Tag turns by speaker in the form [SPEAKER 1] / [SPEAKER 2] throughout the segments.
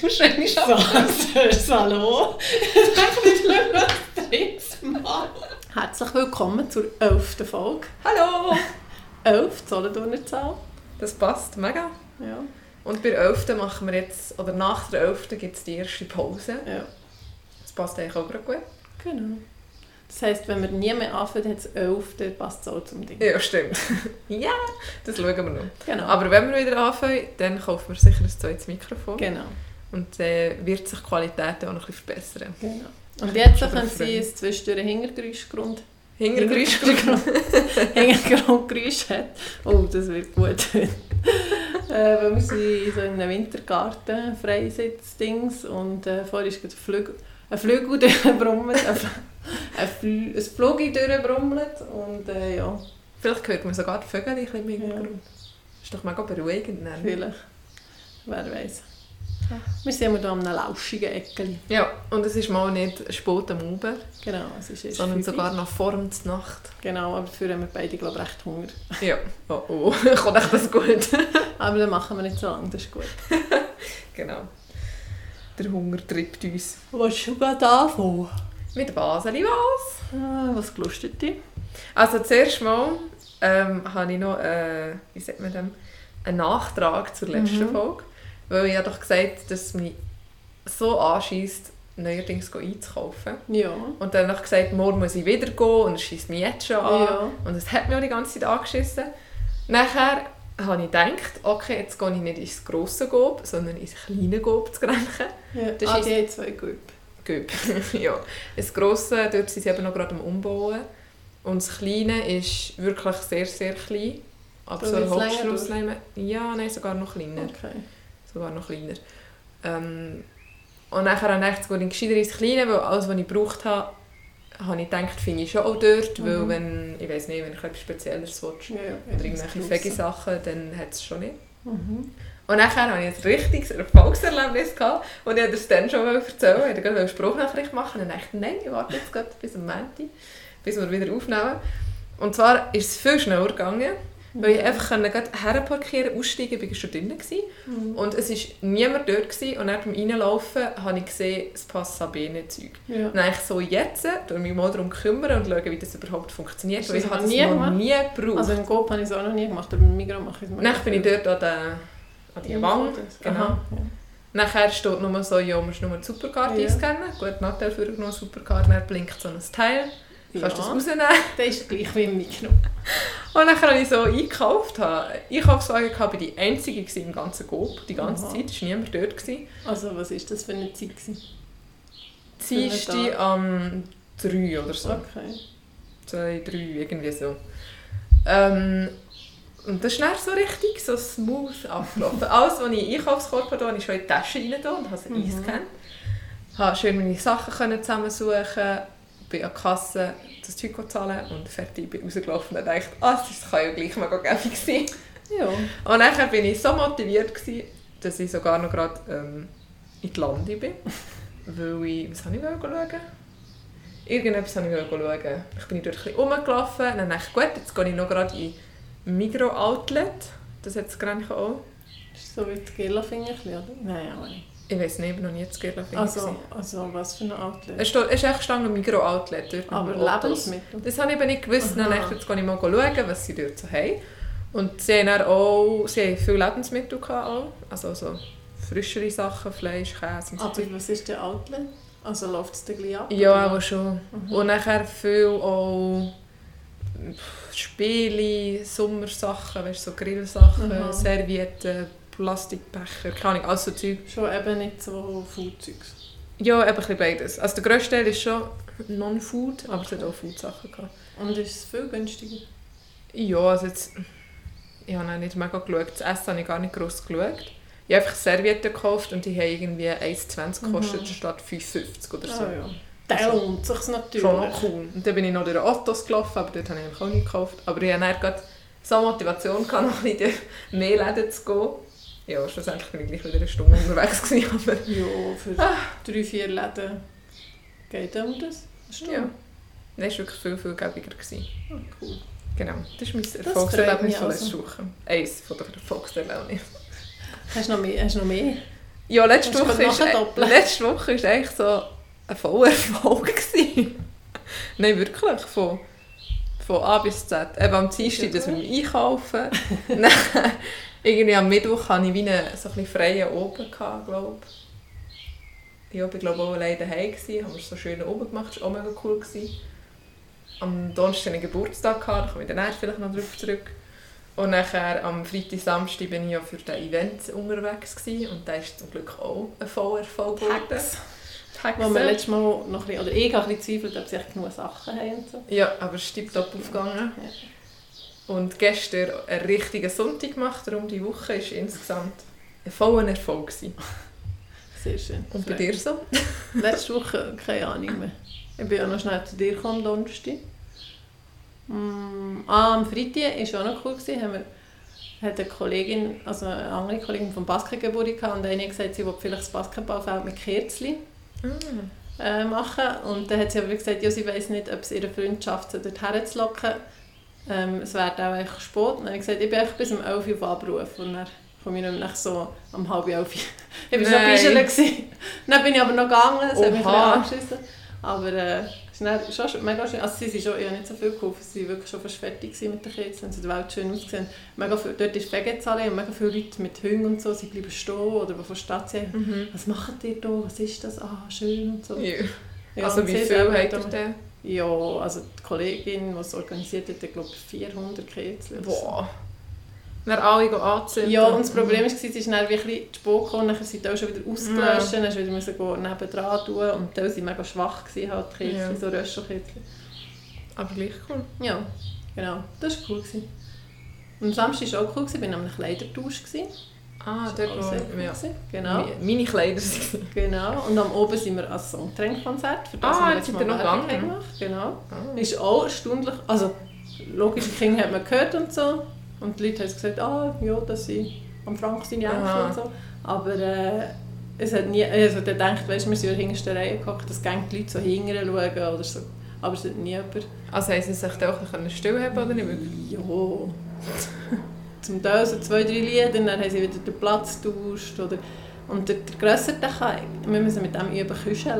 [SPEAKER 1] Wahrscheinlich schafft
[SPEAKER 2] So, hallo. Ich glaube, das drittes Mal. Herzlich willkommen zur 11. Folge.
[SPEAKER 1] Hallo!
[SPEAKER 2] 11, Solothurner Zahl.
[SPEAKER 1] Das passt, mega.
[SPEAKER 2] Ja.
[SPEAKER 1] Und bei der 11. machen wir jetzt, oder nach der 11. gibt es die erste Pause.
[SPEAKER 2] ja.
[SPEAKER 1] Das passt eigentlich auch gerade gut.
[SPEAKER 2] Genau. Das heisst, wenn wir nie mehr anfangen, hat es 11, dann passt es auch zum Ding.
[SPEAKER 1] Ja, stimmt. ja, das schauen wir noch.
[SPEAKER 2] Genau.
[SPEAKER 1] Aber wenn wir wieder anfangen, dann kaufen wir sicher ein zweites Mikrofon.
[SPEAKER 2] genau.
[SPEAKER 1] Und dann wird sich die Qualität auch noch ein bisschen verbessern.
[SPEAKER 2] genau. Und jetzt
[SPEAKER 1] Schon
[SPEAKER 2] können Sie
[SPEAKER 1] freuen.
[SPEAKER 2] ein zwischendurch Hintergrundgeräusch
[SPEAKER 1] Hintergrund.
[SPEAKER 2] genau. Hintergrundgeräusch hat. Oh, das wird gut. äh, weil wir sind in so einem Wintergarten, Freisitzdings und äh, vorher ist gerade ein Flügel, ein Flügel durchgebrummelt, ein, Fl- ein, Flü- ein Flug durchgebrummelt und äh, ja,
[SPEAKER 1] Vielleicht hört man sogar die Vögel ein bisschen im Hintergrund. Ist doch mega beruhigend. ne? dann.
[SPEAKER 2] vielleicht. Wer weiß. Wir sind immer hier an einem lauschigen Eckeli.
[SPEAKER 1] Ja, und es ist mal nicht spät am Abend,
[SPEAKER 2] Genau, es ist erst
[SPEAKER 1] sondern
[SPEAKER 2] fünf.
[SPEAKER 1] sogar noch vor der Nacht.
[SPEAKER 2] Genau, aber dafür haben wir beide, glaube ich, recht Hunger.
[SPEAKER 1] Ja, oh oh, kommt echt das gut.
[SPEAKER 2] Aber dann machen wir nicht so lange, das ist gut.
[SPEAKER 1] genau. Der Hunger treibt uns.
[SPEAKER 2] Was du gerade anfangen?
[SPEAKER 1] Mit was, Ali, was?
[SPEAKER 2] Ah, was gelustet dich?
[SPEAKER 1] Also zuerst mal ähm, habe ich noch äh, wie sagt man dem, einen Nachtrag zur letzten
[SPEAKER 2] Mhm.
[SPEAKER 1] Folge. Weil ich ja doch gesagt dass es mich so anschießt, neuerdings einzukaufen.
[SPEAKER 2] Ja.
[SPEAKER 1] Und dann habe ich gesagt, morgen muss ich wieder gehen und es schießt mich jetzt schon an.
[SPEAKER 2] Ja.
[SPEAKER 1] Und es hat mich auch die ganze Zeit angeschissen. Nachher habe ich gedacht, okay, jetzt gehe ich nicht ins grosse Gob, sondern ins kleine Gob zu grenzen.
[SPEAKER 2] ja.
[SPEAKER 1] Das
[SPEAKER 2] ah,
[SPEAKER 1] ist-
[SPEAKER 2] die haben zwei Gruppen.
[SPEAKER 1] Gob, ja. Das grosse, dort sind sie eben noch gerade am Umbauen. Und das kleine ist wirklich sehr, sehr klein. Aber
[SPEAKER 2] Da
[SPEAKER 1] so eine
[SPEAKER 2] wird's länger durch.
[SPEAKER 1] Hauptstrasse Ja, nein, sogar noch kleiner.
[SPEAKER 2] Okay.
[SPEAKER 1] sogar noch kleiner. Ähm, und nachher habe ich gedacht, gut, gescheiter ins Kleine, weil alles, was ich gebraucht habe, habe ich gedacht, finde ich schon auch dort, weil
[SPEAKER 2] Mhm.
[SPEAKER 1] wenn, ich weiß nicht, wenn ich etwas Spezielles willst,
[SPEAKER 2] Ja, ja.
[SPEAKER 1] oder irgendwelche Veggie-Sachen, dann hat es schon nicht.
[SPEAKER 2] Mhm.
[SPEAKER 1] Und nachher habe ich ein richtiges Erfolgserlebnis gehabt und ich wollte es dann schon erzählen, ich wollte gerade eine Spruchnachricht machen und dann dachte ich, nein, ich warte jetzt gerade bis am Montag, bis wir wieder aufnehmen. Und zwar ist es viel schneller gegangen, weil ich einfach gerade herparkieren, aussteigen, bin ich schon drinnen gewesen.
[SPEAKER 2] Mhm.
[SPEAKER 1] Und es war niemand dort gewesen. und dann beim Reinlaufen habe ich gesehen, es passt Sabine-Zeug.
[SPEAKER 2] Ja.
[SPEAKER 1] Und dann habe ich so jetzt, durch mich mal darum kümmern und schauen, wie das überhaupt funktioniert,
[SPEAKER 2] Hast
[SPEAKER 1] weil
[SPEAKER 2] du
[SPEAKER 1] ich
[SPEAKER 2] das
[SPEAKER 1] habe
[SPEAKER 2] noch
[SPEAKER 1] das
[SPEAKER 2] nie
[SPEAKER 1] noch
[SPEAKER 2] gemacht?
[SPEAKER 1] nie gebraucht.
[SPEAKER 2] Also im Coop habe ich es auch noch nie gemacht, aber im Migros mache ich es
[SPEAKER 1] und dann bin ich dort an, den, an die Wand. Genau.
[SPEAKER 2] Aha.
[SPEAKER 1] Nachher steht nur so, ja, musst nur die Supercard
[SPEAKER 2] Ja.
[SPEAKER 1] einscannen. Gut, Nathalie für noch eine Supercard, dann blinkt so ein Teil.
[SPEAKER 2] Ja.
[SPEAKER 1] Kannst du das
[SPEAKER 2] ja.
[SPEAKER 1] rausnehmen.
[SPEAKER 2] Der ist gleich wie im Migros.
[SPEAKER 1] Und nachher habe ich so eingekauft. habe- Einkaufswagen war die einzige gewesen im ganzen Coop, die ganze
[SPEAKER 2] Aha.
[SPEAKER 1] Zeit. Es war niemand dort. Gewesen.
[SPEAKER 2] Also was ist das für eine Zeit? Gewesen?
[SPEAKER 1] Dienstag
[SPEAKER 2] Tag.
[SPEAKER 1] am 3 oder so.
[SPEAKER 2] Okay.
[SPEAKER 1] 2, 3, irgendwie so. Ähm, und das ist dann so richtig so smooth abgelaufen. Alles, was ich in den Einkaufskorb hatte, habe ich schon in die Tasche rein getan und habe sie
[SPEAKER 2] Mhm.
[SPEAKER 1] eingescannt. Habe schön meine Sachen können zusammensuchen, bin an die Kasse, das Zeug zahlen und fertig bin rausgelaufen und dachte, ah, das ist- kann ja gleich mal gäbig sein.
[SPEAKER 2] Ja.
[SPEAKER 1] Und nachher bin ich so motiviert, gewesen, dass ich sogar noch gerade ähm, in die Lande bin. Weil ich, was habe ich schauen? Irgendetwas habe ich schauen. Ich bin dort ein bisschen rumgelaufen und dann dachte ich, gut, jetzt gehe ich noch gerade in Migro Outlet. Das hat es gerade auch.
[SPEAKER 2] Ist so wie das Gelafinger, oder? Nein, aber nicht.
[SPEAKER 1] Ich weiß nicht, ich bin noch nie zu Girlafing.
[SPEAKER 2] Also, also was für eine Outlet?
[SPEAKER 1] Es steht- es ist echt gestanden Migro Outlet. Dort mit
[SPEAKER 2] Aber
[SPEAKER 1] den Autos.
[SPEAKER 2] Lebensmittel?
[SPEAKER 1] Das habe ich eben nicht gewusst. Dann
[SPEAKER 2] Aha.
[SPEAKER 1] dachte ich, jetzt gehe ich mal schauen, was sie dort so haben. Und sie haben dann auch sie haben viele Lebensmittel. Gehabt, auch. also so frischere Sachen, Fleisch, Käse und so. Zeug.
[SPEAKER 2] Aber was ist der Outlet? Also läuft es dann gleich ab?
[SPEAKER 1] Ja,
[SPEAKER 2] oder?
[SPEAKER 1] aber schon.
[SPEAKER 2] Mhm.
[SPEAKER 1] Und nachher viel auch pff, Spiele, Sommersachen, weißt, du, so Grillsachen,
[SPEAKER 2] Aha.
[SPEAKER 1] Servietten, Plastikbecher, keine Ahnung, all so Zeug.
[SPEAKER 2] Schon eben nicht so Foodzeugs.
[SPEAKER 1] Ja, eben ein bisschen beides. Also der grösste Teil ist schon Non-Food, aber es hat auch Food-Sachen gehabt.
[SPEAKER 2] Und ist es viel günstiger?
[SPEAKER 1] Ja, also jetzt... Ich habe auch nicht mega geschaut. Das Essen habe ich gar nicht gross geschaut. Ich habe einfach Servietten gekauft und die haben irgendwie 1,20 gekostet
[SPEAKER 2] Mhm.
[SPEAKER 1] statt 5,50 oder so.
[SPEAKER 2] Ah ja. Der lohnt sich natürlich.
[SPEAKER 1] Schon noch cool. Und dann bin ich noch durch den Ottos gelaufen, aber dort habe ich eigentlich auch nicht gekauft. Aber ich hatte dann gerade so Motivation, gehabt, noch in die Mehlläden zu gehen. Ja, schlussendlich bin ich gleich wieder eine Stunde unterwegs gewesen, aber...
[SPEAKER 2] Ja, für drei, vier Läden geht um das. Ist doch-
[SPEAKER 1] Ja. Nein, es war wirklich viel, viel gäbiger. Gewesen.
[SPEAKER 2] Ah, cool.
[SPEAKER 1] Genau, das ist mein
[SPEAKER 2] freut mich
[SPEAKER 1] Erfolgserlebnis von
[SPEAKER 2] also.
[SPEAKER 1] letzter Woche. Eins von der Erfolgserlebnisse.
[SPEAKER 2] Hast du noch mehr? Hast du noch mehr?
[SPEAKER 1] Ja, letzte
[SPEAKER 2] Sonst
[SPEAKER 1] Woche,
[SPEAKER 2] können
[SPEAKER 1] ist,
[SPEAKER 2] wir nachdoppeln.
[SPEAKER 1] letzte Woche ist eigentlich so ein voller Erfolg. gewesen. Nein, wirklich. Von, von A bis Z. Eben am Dienstag, dass wir einkaufen. Nein, irgendwie am Mittwoch hatte ich wie einen so ein bisschen freien Oben, glaube ich. Ja, ich glaube auch alleine daheim gsi, haben wir so schön oben gemacht, das war auch mega cool. Gewesen. Am Donnerstag einen Geburtstag gehabt, da komme ich dann erst vielleicht noch drauf zurück. Und nachher am Freitag, Samstag bin ich ja für das Event unterwegs gewesen. und da ist zum Glück auch ein voller Erfolg geworden.
[SPEAKER 2] Hacks.
[SPEAKER 1] Die Hexe.
[SPEAKER 2] Wo wir letztes Mal noch ein bisschen, oder ich habe ein bisschen zweifelt, ob sie echt genug Sachen haben und so.
[SPEAKER 1] Ja, aber es ist tiptop aufgegangen.
[SPEAKER 2] Ja.
[SPEAKER 1] Und gestern einen richtigen Sonntag gemacht, darum die Woche war insgesamt ein voller Erfolg. Gewesen.
[SPEAKER 2] Sehr schön.
[SPEAKER 1] Und bei
[SPEAKER 2] Freut
[SPEAKER 1] dir so?
[SPEAKER 2] Letzte Woche keine Ahnung mehr. Ich bin ja noch schnell zu dir gekommen, am Donnerstag. Mm, ah, am Freitag war auch noch cool. Gewesen, haben wir, hat eine Kollegin, also eine andere Kollegin vom Basketball gehabt und eine hat gesagt, sie will vielleicht das Basketballfeld mit Kerzli äh, machen. Und dann hat sie aber gesagt, ja, sie weiß nicht, ob es ihre Freundschaft so dorthin zu locken. Ähm, es wäre auch echt spät. Und dann habe ich gesagt, ich bin echt bis um 11 Uhr auf Abruf. Und dann komme ich nämlich so um halb 11 Uhr. Ich war schon
[SPEAKER 1] Nein.
[SPEAKER 2] ein bisschen Dann bin ich aber noch gegangen, es hat mich ein bisschen
[SPEAKER 1] Oha.
[SPEAKER 2] angeschissen. Aber äh, es ist dann schon mega schön. Also sie sind schon, ich habe nicht so viel geholfen, sie waren wirklich schon fast fertig gewesen mit den Kids. Und sie haben die Welt schön ausgesehen. Mega viel, dort ist Vegetalien und mega viele Leute mit Hunden und so, sie bleiben stehen oder die von der Stadt sind.
[SPEAKER 1] Mhm.
[SPEAKER 2] Was macht ihr da? Was ist das? Ah, schön und so.
[SPEAKER 1] Ja.
[SPEAKER 2] Ja,
[SPEAKER 1] also
[SPEAKER 2] und
[SPEAKER 1] wie
[SPEAKER 2] sie
[SPEAKER 1] viel
[SPEAKER 2] selber
[SPEAKER 1] habt
[SPEAKER 2] da-
[SPEAKER 1] ihr denn?
[SPEAKER 2] Ja, also die Kollegin, die es organisiert hat, hat glaube ich 400 Kids. oder so.
[SPEAKER 1] Boah. Dann alle gehen anzünden.
[SPEAKER 2] Ja, und das Problem war, sie ist dann wie ein bisschen zu spät gekommen, nachher sind die auch schon wieder ausgelöscht, dann musste wieder müssen gehen, nebendran tun und die waren mega schwach, gewesen, halt, die Kids,
[SPEAKER 1] Ja.
[SPEAKER 2] so Röschelkitzchen.
[SPEAKER 1] Aber gleich cool.
[SPEAKER 2] Ja, genau, das war cool. Gewesen. Und am Samstag war auch cool, gewesen, ich war nämlich Kleidertausch. Gewesen.
[SPEAKER 1] Ah,
[SPEAKER 2] Das war
[SPEAKER 1] dort
[SPEAKER 2] auch sehr
[SPEAKER 1] wo...
[SPEAKER 2] cool
[SPEAKER 1] Ja.
[SPEAKER 2] gewesen. Genau.
[SPEAKER 1] Me- Meine Kleider sind...
[SPEAKER 2] Genau, und am Oben sind wir als Songtrendkonzert, für
[SPEAKER 1] Ah,
[SPEAKER 2] das wir
[SPEAKER 1] jetzt
[SPEAKER 2] letztes
[SPEAKER 1] seid ihr
[SPEAKER 2] Mal
[SPEAKER 1] noch
[SPEAKER 2] Werbung
[SPEAKER 1] gegangen.
[SPEAKER 2] gemacht haben. Genau.
[SPEAKER 1] Ah.
[SPEAKER 2] Ist auch stündlich, also logisch, die Kinder hat man gehört und so. Und die Leute haben gesagt, ah, ja, dass sie am Frank seine Ängste
[SPEAKER 1] Aha.
[SPEAKER 2] und so. Aber äh, es hat nie, also der denkt, weißt, wir sind ja in der hintersten Reihe gehockt, das gehen die Leute so hinterher schauen oder so. Aber es hat nie jemand,
[SPEAKER 1] Also haben sie sich da auch noch stillhaben können, oder nicht wirklich?
[SPEAKER 2] ja. Zum Teil so zwei, drei Lieder, dann haben sie wieder den Platz getauscht oder... Und der, der Grössere, der kann, wir müssen mit dem üben küscheln.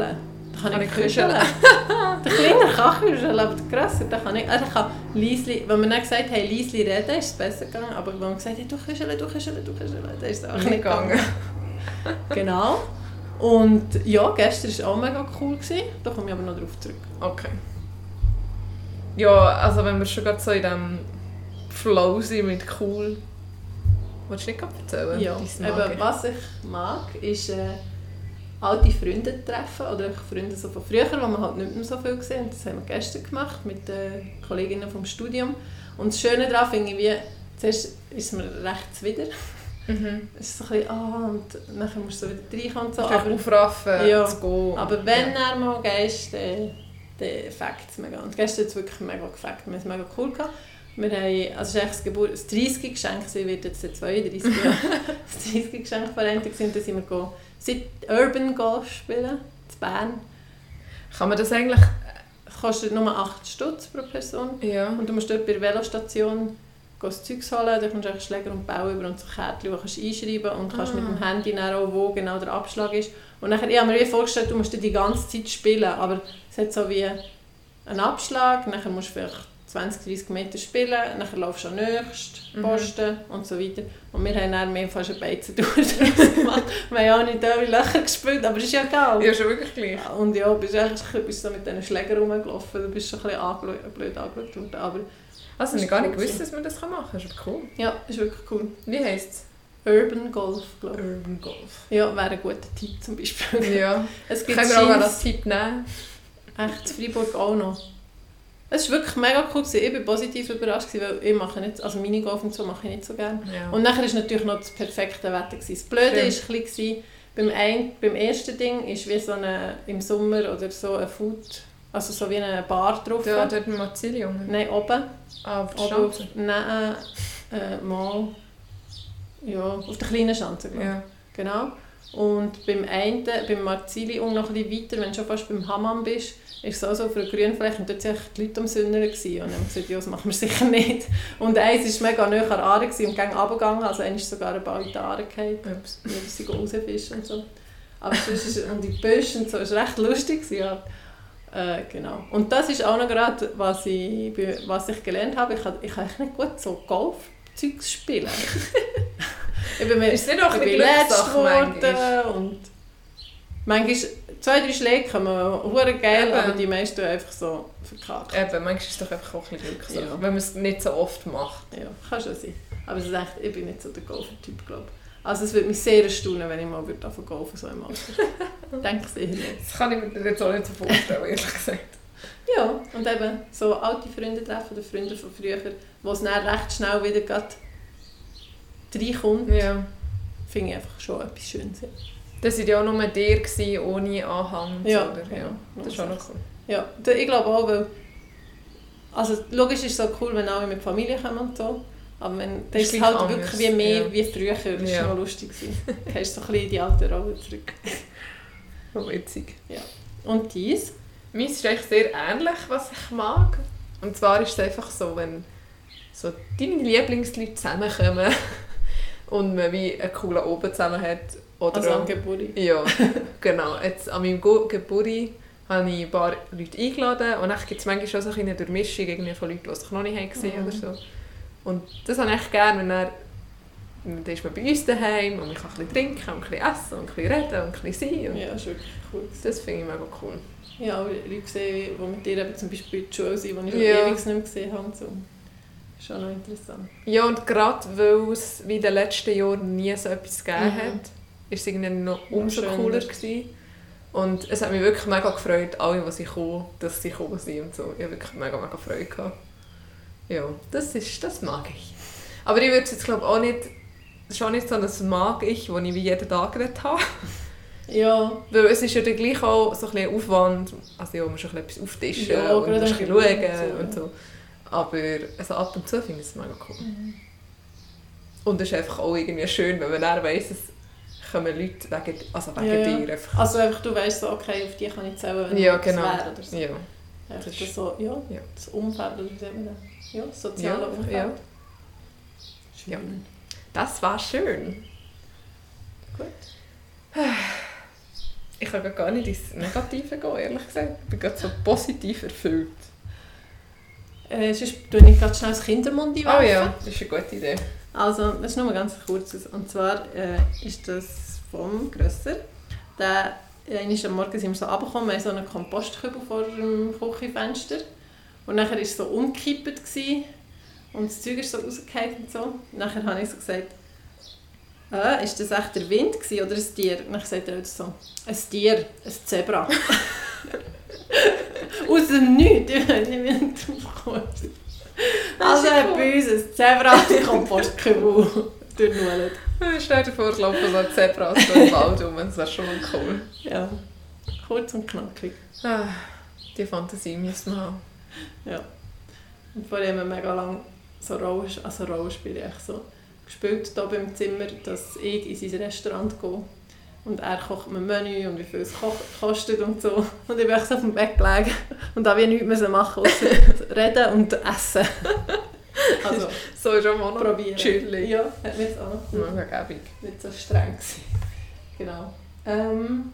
[SPEAKER 2] Da kann,
[SPEAKER 1] Kann
[SPEAKER 2] ich
[SPEAKER 1] ich küscheln?
[SPEAKER 2] küscheln. der Kleine kann küscheln, aber der Grössere, der kann nicht. Er kann leisli, wenn man dann gesagt hat, hey, leisli reden, ist es besser gegangen. Aber wenn man gesagt hat, du küscheln, du küscheln, du küscheln, dann ist es auch nicht gegangen. Genau. Und ja, gestern war es auch mega cool. Gewesen. Da komme ich aber noch drauf zurück.
[SPEAKER 1] Okay. Ja, also wenn wir schon gerade so in diesem Flow sind mit cool... Willst du nicht gerade erzählen?
[SPEAKER 2] Ja,
[SPEAKER 1] Dein
[SPEAKER 2] eben,
[SPEAKER 1] Magen.
[SPEAKER 2] was ich mag, ist äh, alte Freunde treffen oder einfach Freunde so von früher, die man halt nicht mehr so viel gesehen hat. Das haben wir gestern gemacht mit den Kolleginnen vom Studium. Und das Schöne daran finde ich, wie, zuerst ist mir recht zuwider.
[SPEAKER 1] Mhm.
[SPEAKER 2] Es ist so ein bisschen, ah, und nachher musst du so wieder reinkommen und so.
[SPEAKER 1] So, aber,
[SPEAKER 2] Aber,
[SPEAKER 1] aufraffen,
[SPEAKER 2] Ja.
[SPEAKER 1] zu gehen.
[SPEAKER 2] aber wenn
[SPEAKER 1] Ja.
[SPEAKER 2] er mal gehst, dann, dann fängt es mega. Und gestern hat es wirklich mega gefällt. Wir haben es mega cool gehabt. Wir haben, also es ist eigentlich das, Gebur das 30. Geschenk, sie wird jetzt der 32. Jahre. das 30. Geschenk verrentet sind, dann sind wir go- seit Urban Golf spielen, in Bern.
[SPEAKER 1] Kann man das eigentlich...
[SPEAKER 2] Das kostet nur 8 Stutz pro Person.
[SPEAKER 1] Ja.
[SPEAKER 2] Und du musst dort bei der Velostation gehst das Zeug holen, dann kommst du eigentlich Schläger und Bau über und so Kärtchen, die kannst du einschreiben und kannst
[SPEAKER 1] Ah.
[SPEAKER 2] mit dem Handy dann auch, wo genau der Abschlag ist. Und nachher, ich habe mir wie vorgestellt, du musst dann die ganze Zeit spielen, aber es hat so wie einen Abschlag, nachher musst du vielleicht 20, 30 Meter spielen, nachher laufst du an nächsten
[SPEAKER 1] Mhm.
[SPEAKER 2] Posten und so weiter. Und wir haben dann mehr fast eine Beize gemacht. Wir haben auch nicht alle Löcher gespielt, aber ist ja egal.
[SPEAKER 1] Ja, schon wirklich gleich.
[SPEAKER 2] Ja, Und ja, bist eigentlich bist so mit diesen Schlägern rumgelaufen, du bist schon ein bisschen angeschaut, blöd angeschaut worden, aber
[SPEAKER 1] Also,
[SPEAKER 2] Das
[SPEAKER 1] ich habe gar
[SPEAKER 2] ist
[SPEAKER 1] nicht
[SPEAKER 2] cool.
[SPEAKER 1] gewusst, dass man das machen kann. Das ist aber cool.
[SPEAKER 2] ja, ist wirklich cool.
[SPEAKER 1] Wie heisst es?
[SPEAKER 2] Urban Golf, glaube
[SPEAKER 1] Urban Golf.
[SPEAKER 2] ich. Ja, wäre ein guter Tipp zum Beispiel.
[SPEAKER 1] Ja.
[SPEAKER 2] Es gibt
[SPEAKER 1] Können wir auch
[SPEAKER 2] Gyms,
[SPEAKER 1] als Tipp nehmen?
[SPEAKER 2] echt in Freiburg auch noch. Es war wirklich mega cool. gewesen. Ich war positiv überrascht, gewesen, weil ich mache nicht, also Minigolf und so mache ich nicht so gerne.
[SPEAKER 1] Ja.
[SPEAKER 2] Und nachher war natürlich noch das perfekte Wetter. Gewesen. Das Blöde war ein
[SPEAKER 1] Stimmt.
[SPEAKER 2] bisschen, beim, ein, beim ersten Ding ist wie so eine, im Sommer oder so ein Food, also so wie eine Bar drauf.
[SPEAKER 1] ja, dort im Mazilium.
[SPEAKER 2] Nein, oben.
[SPEAKER 1] Ah, auf der
[SPEAKER 2] Oben auf,
[SPEAKER 1] Schanze.
[SPEAKER 2] nein, äh, mal. Ja, auf der kleinen Schanze, glaube ich.
[SPEAKER 1] Ja.
[SPEAKER 2] Genau. Und beim einen, beim Marzilium noch ein bisschen weiter, wenn du schon fast beim Hammam bist, ist es auch so für eine Grünfläche und dort waren eigentlich die Leute am Sünnern gewesen. und haben gesagt, ja, das machen wir sicher nicht. Und eins war mega nahe an der Aare gewesen und ging runtergegangen, also eins ist sogar ein Ball in die Aare gefallen,
[SPEAKER 1] Ups.
[SPEAKER 2] weil sie rausfischen und so. Aber sonst ist, und die Büsche und so, es war recht lustig. Gewesen, ja. Äh, genau. Und das ist auch noch gerade, was ich, bei- was ich gelernt habe, ich kann, ich kann echt nicht gut so Golf-Zeugs spielen. ich bin mir
[SPEAKER 1] Ist nicht auch
[SPEAKER 2] ich
[SPEAKER 1] ein
[SPEAKER 2] bin
[SPEAKER 1] bisschen
[SPEAKER 2] letztes
[SPEAKER 1] Glückssache manchmal?
[SPEAKER 2] geworden und manchmal zwei, drei Schläge kommen hure geil,
[SPEAKER 1] Eben.
[SPEAKER 2] aber die meisten tun einfach so verkackt.
[SPEAKER 1] Eben, manchmal ist es doch einfach auch ein bisschen Glückssache,
[SPEAKER 2] Ja.
[SPEAKER 1] wenn man es nicht so oft macht.
[SPEAKER 2] Ja, kann schon sein. Aber es ist echt, ich bin nicht so der Golfer-Typ, glaube ich. Also es würde mich sehr erstaunen, wenn ich mal würde davon golfen so im Alter. Denke ich sicher nicht.
[SPEAKER 1] Das kann ich mir jetzt auch nicht so vorstellen, ehrlich gesagt.
[SPEAKER 2] Ja, und eben so alte Freunde treffen oder Freunde von früher, wo es dann recht schnell wieder grad reinkommt,
[SPEAKER 1] Ja.
[SPEAKER 2] finde ich einfach schon etwas Schönes. Ja,
[SPEAKER 1] Das waren ja auch nur dir, gewesen, ohne Anhang. und so,
[SPEAKER 2] Ja,
[SPEAKER 1] oder?
[SPEAKER 2] genau.
[SPEAKER 1] ja. Das ist auch noch cool.
[SPEAKER 2] ja da- ich glaube auch, weil... Also logisch ist es auch cool, wenn alle mit Familie kommen und so, aber wenn, dann ist
[SPEAKER 1] Ist
[SPEAKER 2] es halt
[SPEAKER 1] gleich
[SPEAKER 2] wirklich wie
[SPEAKER 1] anders,
[SPEAKER 2] mehr
[SPEAKER 1] ja.
[SPEAKER 2] wie früher, das war
[SPEAKER 1] Ja.
[SPEAKER 2] noch lustig. gewesen. Dann hast du so ein bisschen in die alte Rolle zurück.
[SPEAKER 1] Witzig.
[SPEAKER 2] Und dies?
[SPEAKER 1] Meins ist eigentlich sehr ähnlich, was ich mag. Und zwar ist es einfach so, wenn so deine Lieblingsleute zusammenkommen und man wie einen coolen Oben zusammen hat. Oder
[SPEAKER 2] Als
[SPEAKER 1] auch-
[SPEAKER 2] Angeburi.
[SPEAKER 1] Ja, genau. Jetzt an meinem Go- Geburtstag habe ich ein paar Leute eingeladen und dann gibt es manchmal schon so ein bisschen eine Durchmischung irgendwie von Leuten, die sich noch nicht haben gesehen
[SPEAKER 2] Mhm.
[SPEAKER 1] oder so. Und das habe ich echt gerne, wenn er dann ist man bei uns daheim und man kann ein bisschen trinken und ein bisschen essen und ein bisschen reden und ein bisschen sein. Und
[SPEAKER 2] Ja, ist wirklich cool. gewesen.
[SPEAKER 1] Das finde ich mega cool.
[SPEAKER 2] Ja, aber Leute gesehen, die mit dir eben zum Beispiel in der Schule sind, die ich schon
[SPEAKER 1] Ja.
[SPEAKER 2] ewig nicht mehr gesehen habe. und So. Ist auch noch interessant.
[SPEAKER 1] Ja, und gerade weil es wie in den letzten Jahren nie so etwas gegeben
[SPEAKER 2] Mhm.
[SPEAKER 1] hat, ist es irgendwie noch
[SPEAKER 2] Noch
[SPEAKER 1] umso
[SPEAKER 2] schöner.
[SPEAKER 1] cooler gewesen. Und es hat mich wirklich mega gefreut, alle, die sie kommen, dass sie gekommen sind und so. Ich habe wirklich mega, mega Freude gehabt. Ja, das ist, das mag ich. Aber ich würde es jetzt glaube auch nicht, das ist auch nicht so ein «mag ich», das ich wie jeden Tag nicht habe.
[SPEAKER 2] Ja,
[SPEAKER 1] Weil es ist ja dann gleich auch so ein bisschen Aufwand, also ja, man muss schon ein bisschen etwas auftischen
[SPEAKER 2] Ja,
[SPEAKER 1] und
[SPEAKER 2] gerade
[SPEAKER 1] muss ein
[SPEAKER 2] ein
[SPEAKER 1] bisschen
[SPEAKER 2] bisschen
[SPEAKER 1] schauen
[SPEAKER 2] und
[SPEAKER 1] und so. Aber also ab und zu finde ich es mega cool. Und es ist einfach auch irgendwie schön, wenn man dann weiss, es kommen Leute wegen, also wegen
[SPEAKER 2] Ja, ja.
[SPEAKER 1] dir einfach.
[SPEAKER 2] also einfach du weißt so, okay, auf die kann ich zählen, wenn
[SPEAKER 1] Ja,
[SPEAKER 2] etwas
[SPEAKER 1] genau.
[SPEAKER 2] wäre oder so.
[SPEAKER 1] Ja,
[SPEAKER 2] Einfach
[SPEAKER 1] Das
[SPEAKER 2] das so, ja,
[SPEAKER 1] ja.
[SPEAKER 2] das Umfeld oder wie sagt man das? Ja, das soziale
[SPEAKER 1] Ja,
[SPEAKER 2] Umfeld.
[SPEAKER 1] ja.
[SPEAKER 2] Schön.
[SPEAKER 1] Ja. Das war schön.
[SPEAKER 2] Gut.
[SPEAKER 1] Ich kann gar nicht ins Negative gehen, ehrlich gesagt. Ich bin gerade so positiv erfüllt.
[SPEAKER 2] Äh, sonst tue ich gerade schnell das Kindermund
[SPEAKER 1] Oh ja, das ist eine gute Idee.
[SPEAKER 2] Also, das ist nur mal ganz kurz. Und zwar äh, ist das vom Grösser. Der, einmal am Morgen sind wir so runtergekommen, wir haben so einen Kompostkübel vor dem Küchenfenster. Und nachher war es so umgekippt gewesen, und das Zeug ist so rausgefallen und so. Nachher habe ich so gesagt, äh, ist das echt der Wind gewesen oder ein Tier? Und dann sagt er so, ein Tier, ein Zebra. Aus dem Nichts, ich weiß nicht, wie ich drauf gekommen bin. Also
[SPEAKER 1] Das ist cool.
[SPEAKER 2] bei uns ein Zebra im Kompostkübel durchnullert.
[SPEAKER 1] Stell dir vor, es laufen so Zebras so im Wald rum. Das wäre schon cool.
[SPEAKER 2] Ja, kurz und knackig.
[SPEAKER 1] Ah, die Fantasie müssen wir haben.
[SPEAKER 2] Und vor allem mega lang so Rollen, also Rollenspiele echt so gespielt hier beim Zimmer, dass ich in sein Restaurant gehe. Und er kocht mir Menü und wie viel es ko kostet und so. Und ich bin echt so auf dem Bett gelegen und habe wie nichts mehr machen müssen, außer reden und essen. Also,
[SPEAKER 1] So ist auch mal noch
[SPEAKER 2] probieren.
[SPEAKER 1] chillig.
[SPEAKER 2] Ja, hat mir jetzt auch noch
[SPEAKER 1] Ja. Mega gäbig.
[SPEAKER 2] nicht so streng gewesen. Genau. Ähm,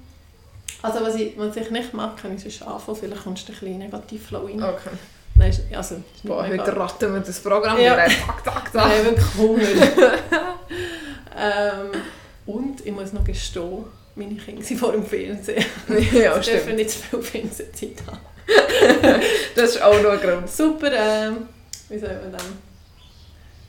[SPEAKER 2] also was ich, was ich nicht mag, kann ich sonst anfangen, vielleicht kommst du ein bisschen negativ rein.
[SPEAKER 1] Okay.
[SPEAKER 2] Nein, ist- also, ist nicht
[SPEAKER 1] Ah. Boah,
[SPEAKER 2] mega-
[SPEAKER 1] heute ratten wir das Programm
[SPEAKER 2] Ja.
[SPEAKER 1] wieder. Zack, zack, zack.
[SPEAKER 2] Nein, wirklich Hunger. ähm, und ich muss noch gestehen, meine Kinder sind vor dem Fernsehen.
[SPEAKER 1] ja,
[SPEAKER 2] Sie dürfen
[SPEAKER 1] stimmt.
[SPEAKER 2] nicht zu viel Fernsehzeit haben.
[SPEAKER 1] Das ist auch noch ein Grund.
[SPEAKER 2] Super, ähm, wie sagt man dann?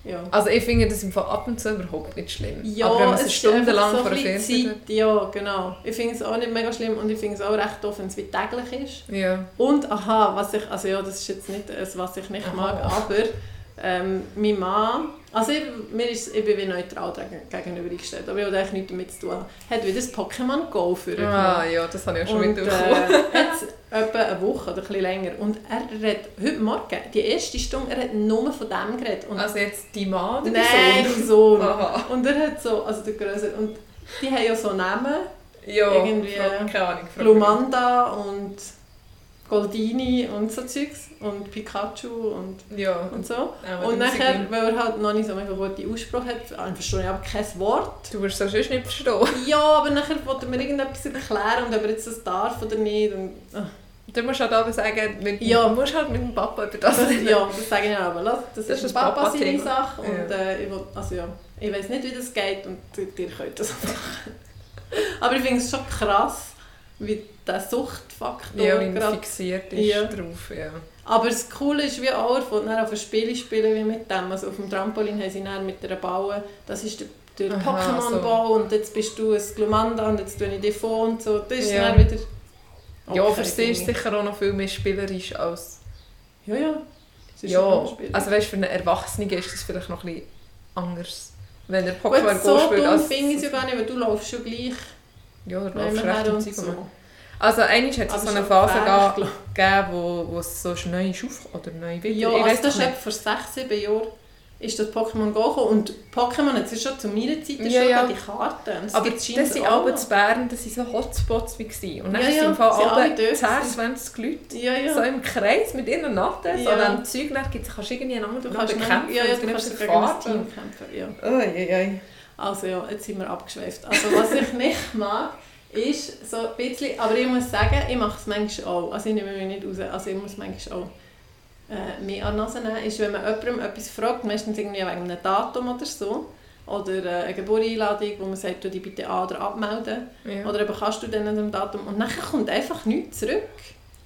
[SPEAKER 2] Ja.
[SPEAKER 1] Also ich finde das im Fall ab und zu überhaupt nicht schlimm.
[SPEAKER 2] Ja,
[SPEAKER 1] Aber wenn man
[SPEAKER 2] es
[SPEAKER 1] es
[SPEAKER 2] ist
[SPEAKER 1] stundenlang
[SPEAKER 2] einfach so
[SPEAKER 1] vor der
[SPEAKER 2] ein bisschen
[SPEAKER 1] Fernseh
[SPEAKER 2] Zeit, Ja, genau. Ich finde es auch nicht mega schlimm und ich finde es auch recht doof, wenn es wie täglich ist.
[SPEAKER 1] Ja.
[SPEAKER 2] Und aha, was ich, also ja, das ist jetzt nicht das, was ich nicht
[SPEAKER 1] Aha.
[SPEAKER 2] mag, aber ähm, mein Mann, also ich, mir ist, ich bin wie neutral gegen- gegenüber eingestellt, aber ich habe eigentlich nichts damit zu tun. Hat wieder das Pokémon Go für
[SPEAKER 1] Ah ja, das habe ich auch schon
[SPEAKER 2] und äh,
[SPEAKER 1] mitbekommen.
[SPEAKER 2] jetzt etwa eine Woche oder ein bisschen länger. Und er redet heute Morgen, die erste Stunde, er hat nur von dem geredet. Und
[SPEAKER 1] also jetzt die Mann oder
[SPEAKER 2] Nein,
[SPEAKER 1] die
[SPEAKER 2] der
[SPEAKER 1] Sohn?
[SPEAKER 2] Sohn.
[SPEAKER 1] Aha.
[SPEAKER 2] Und er hat so, also der Größere, und die haben ja so Namen,
[SPEAKER 1] Ja,
[SPEAKER 2] Irgendwie, äh,
[SPEAKER 1] Frau- keine Ahnung. Frau-
[SPEAKER 2] Lumanda und Goldini und so Zeugs und Pikachu und,
[SPEAKER 1] Ja.
[SPEAKER 2] und so.
[SPEAKER 1] Aber
[SPEAKER 2] Und
[SPEAKER 1] die Musik
[SPEAKER 2] nachher,
[SPEAKER 1] nimmt-
[SPEAKER 2] weil er halt noch nicht so mega gute Aussprache hat, ah, verstehe ich aber kein Wort.
[SPEAKER 1] Du wirst es sonst nicht verstehen.
[SPEAKER 2] Ja, aber nachher wollte er mir irgendetwas erklären und ob er jetzt das darf oder nicht. Und, ah.
[SPEAKER 1] Dann musst du halt aber sagen, mit,
[SPEAKER 2] Ja.
[SPEAKER 1] du musst halt mit dem Papa über das
[SPEAKER 2] das,
[SPEAKER 1] reden.
[SPEAKER 2] ja, das sage ich auch, aber lass, das,
[SPEAKER 1] Das
[SPEAKER 2] ist
[SPEAKER 1] ist
[SPEAKER 2] ein
[SPEAKER 1] ein
[SPEAKER 2] Papa seine
[SPEAKER 1] Papa-Thema.
[SPEAKER 2] Sache und
[SPEAKER 1] Ja.
[SPEAKER 2] äh, ich, will, also, ja, ich weiß nicht, wie das geht und ihr- ihr könnt das machen. aber ich finde es schon krass, wie der Suchtfaktor
[SPEAKER 1] Ja, wie man
[SPEAKER 2] gerade...
[SPEAKER 1] fixiert ist
[SPEAKER 2] Ja.
[SPEAKER 1] drauf. Ja.
[SPEAKER 2] Aber das Coole ist, wie auch, er fängt dann auf ein Spiel spielen wie mit dem. Also auf dem Trampolin haben sie dann mit einer Bauen, das ist der, der
[SPEAKER 1] Aha,
[SPEAKER 2] Pokémon-Bau und jetzt bist du ein Glumanda und jetzt tue ich dich vor und so. Das ist
[SPEAKER 1] Ja.
[SPEAKER 2] dann wieder...
[SPEAKER 1] ja,
[SPEAKER 2] Okay,
[SPEAKER 1] für sie ist
[SPEAKER 2] finde
[SPEAKER 1] sicher auch noch viel mehr spielerisch als...
[SPEAKER 2] ich. Ja, ja. Es ist
[SPEAKER 1] ja,
[SPEAKER 2] ein anderes Spiel.
[SPEAKER 1] also weißt du, für einen Erwachsenen ist das vielleicht noch ein bisschen anders. Wenn er
[SPEAKER 2] Gut,
[SPEAKER 1] Pokémon
[SPEAKER 2] so
[SPEAKER 1] Go spielt,
[SPEAKER 2] dumm
[SPEAKER 1] als...
[SPEAKER 2] finde ich es ja gar nicht, weil du läufst schon gleich
[SPEAKER 1] Ja, dann läufst du recht
[SPEAKER 2] nebenher
[SPEAKER 1] im
[SPEAKER 2] und
[SPEAKER 1] Zeitpunkt.
[SPEAKER 2] so.
[SPEAKER 1] Also einmal hat
[SPEAKER 2] Aber
[SPEAKER 1] es so eine
[SPEAKER 2] schon
[SPEAKER 1] Phase
[SPEAKER 2] gefährlich,
[SPEAKER 1] gegeben, gegeben, wo, wo es so neu ist auf oder neu wird.
[SPEAKER 2] Ja, also das ist etwa vor sechs, sieben Jahren ist das Pokémon Go gekommen. Und Pokémon hat es schon zu meiner Zeit
[SPEAKER 1] Ja,
[SPEAKER 2] schon
[SPEAKER 1] ja.
[SPEAKER 2] die Karten. Und es
[SPEAKER 1] aber
[SPEAKER 2] gibt
[SPEAKER 1] das
[SPEAKER 2] scheinbar
[SPEAKER 1] waren
[SPEAKER 2] auch
[SPEAKER 1] aber
[SPEAKER 2] noch.
[SPEAKER 1] zu Bern, das waren so Hotspots wie gewesen. Und dann
[SPEAKER 2] Ja,
[SPEAKER 1] sind
[SPEAKER 2] ja,
[SPEAKER 1] im Fall
[SPEAKER 2] sie sind alle
[SPEAKER 1] alle
[SPEAKER 2] dort
[SPEAKER 1] 10,
[SPEAKER 2] gewesen.
[SPEAKER 1] 20 Leute
[SPEAKER 2] Ja, ja.
[SPEAKER 1] so im Kreis mit ihren Nachtessen
[SPEAKER 2] Ja.
[SPEAKER 1] und dann Zeug nach gibt's, kannst du irgendwie einander
[SPEAKER 2] du
[SPEAKER 1] miteinander
[SPEAKER 2] kannst kämpfen, ja, ja,
[SPEAKER 1] es
[SPEAKER 2] du
[SPEAKER 1] gibt
[SPEAKER 2] kannst
[SPEAKER 1] eine
[SPEAKER 2] gegen ein
[SPEAKER 1] Farbe.
[SPEAKER 2] Team kämpfen. Ja.
[SPEAKER 1] Ui, ui, ui.
[SPEAKER 2] Also ja, jetzt sind wir abgeschweift. Also was ich nicht mag, ist so ein bisschen, aber ich muss sagen, ich mache es manchmal auch. Also ich nehme mich nicht raus, also ich muss manchmal auch äh, mehr an die Nase nehmen, ist, wenn man jemandem etwas fragt, meistens irgendwie wegen einem Datum oder so, oder äh, eine Geburtseinladung, wo man sagt, du dich bitte an- oder abmelden,
[SPEAKER 1] Ja.
[SPEAKER 2] oder eben kannst du dann an dem Datum, und nachher kommt einfach nichts zurück.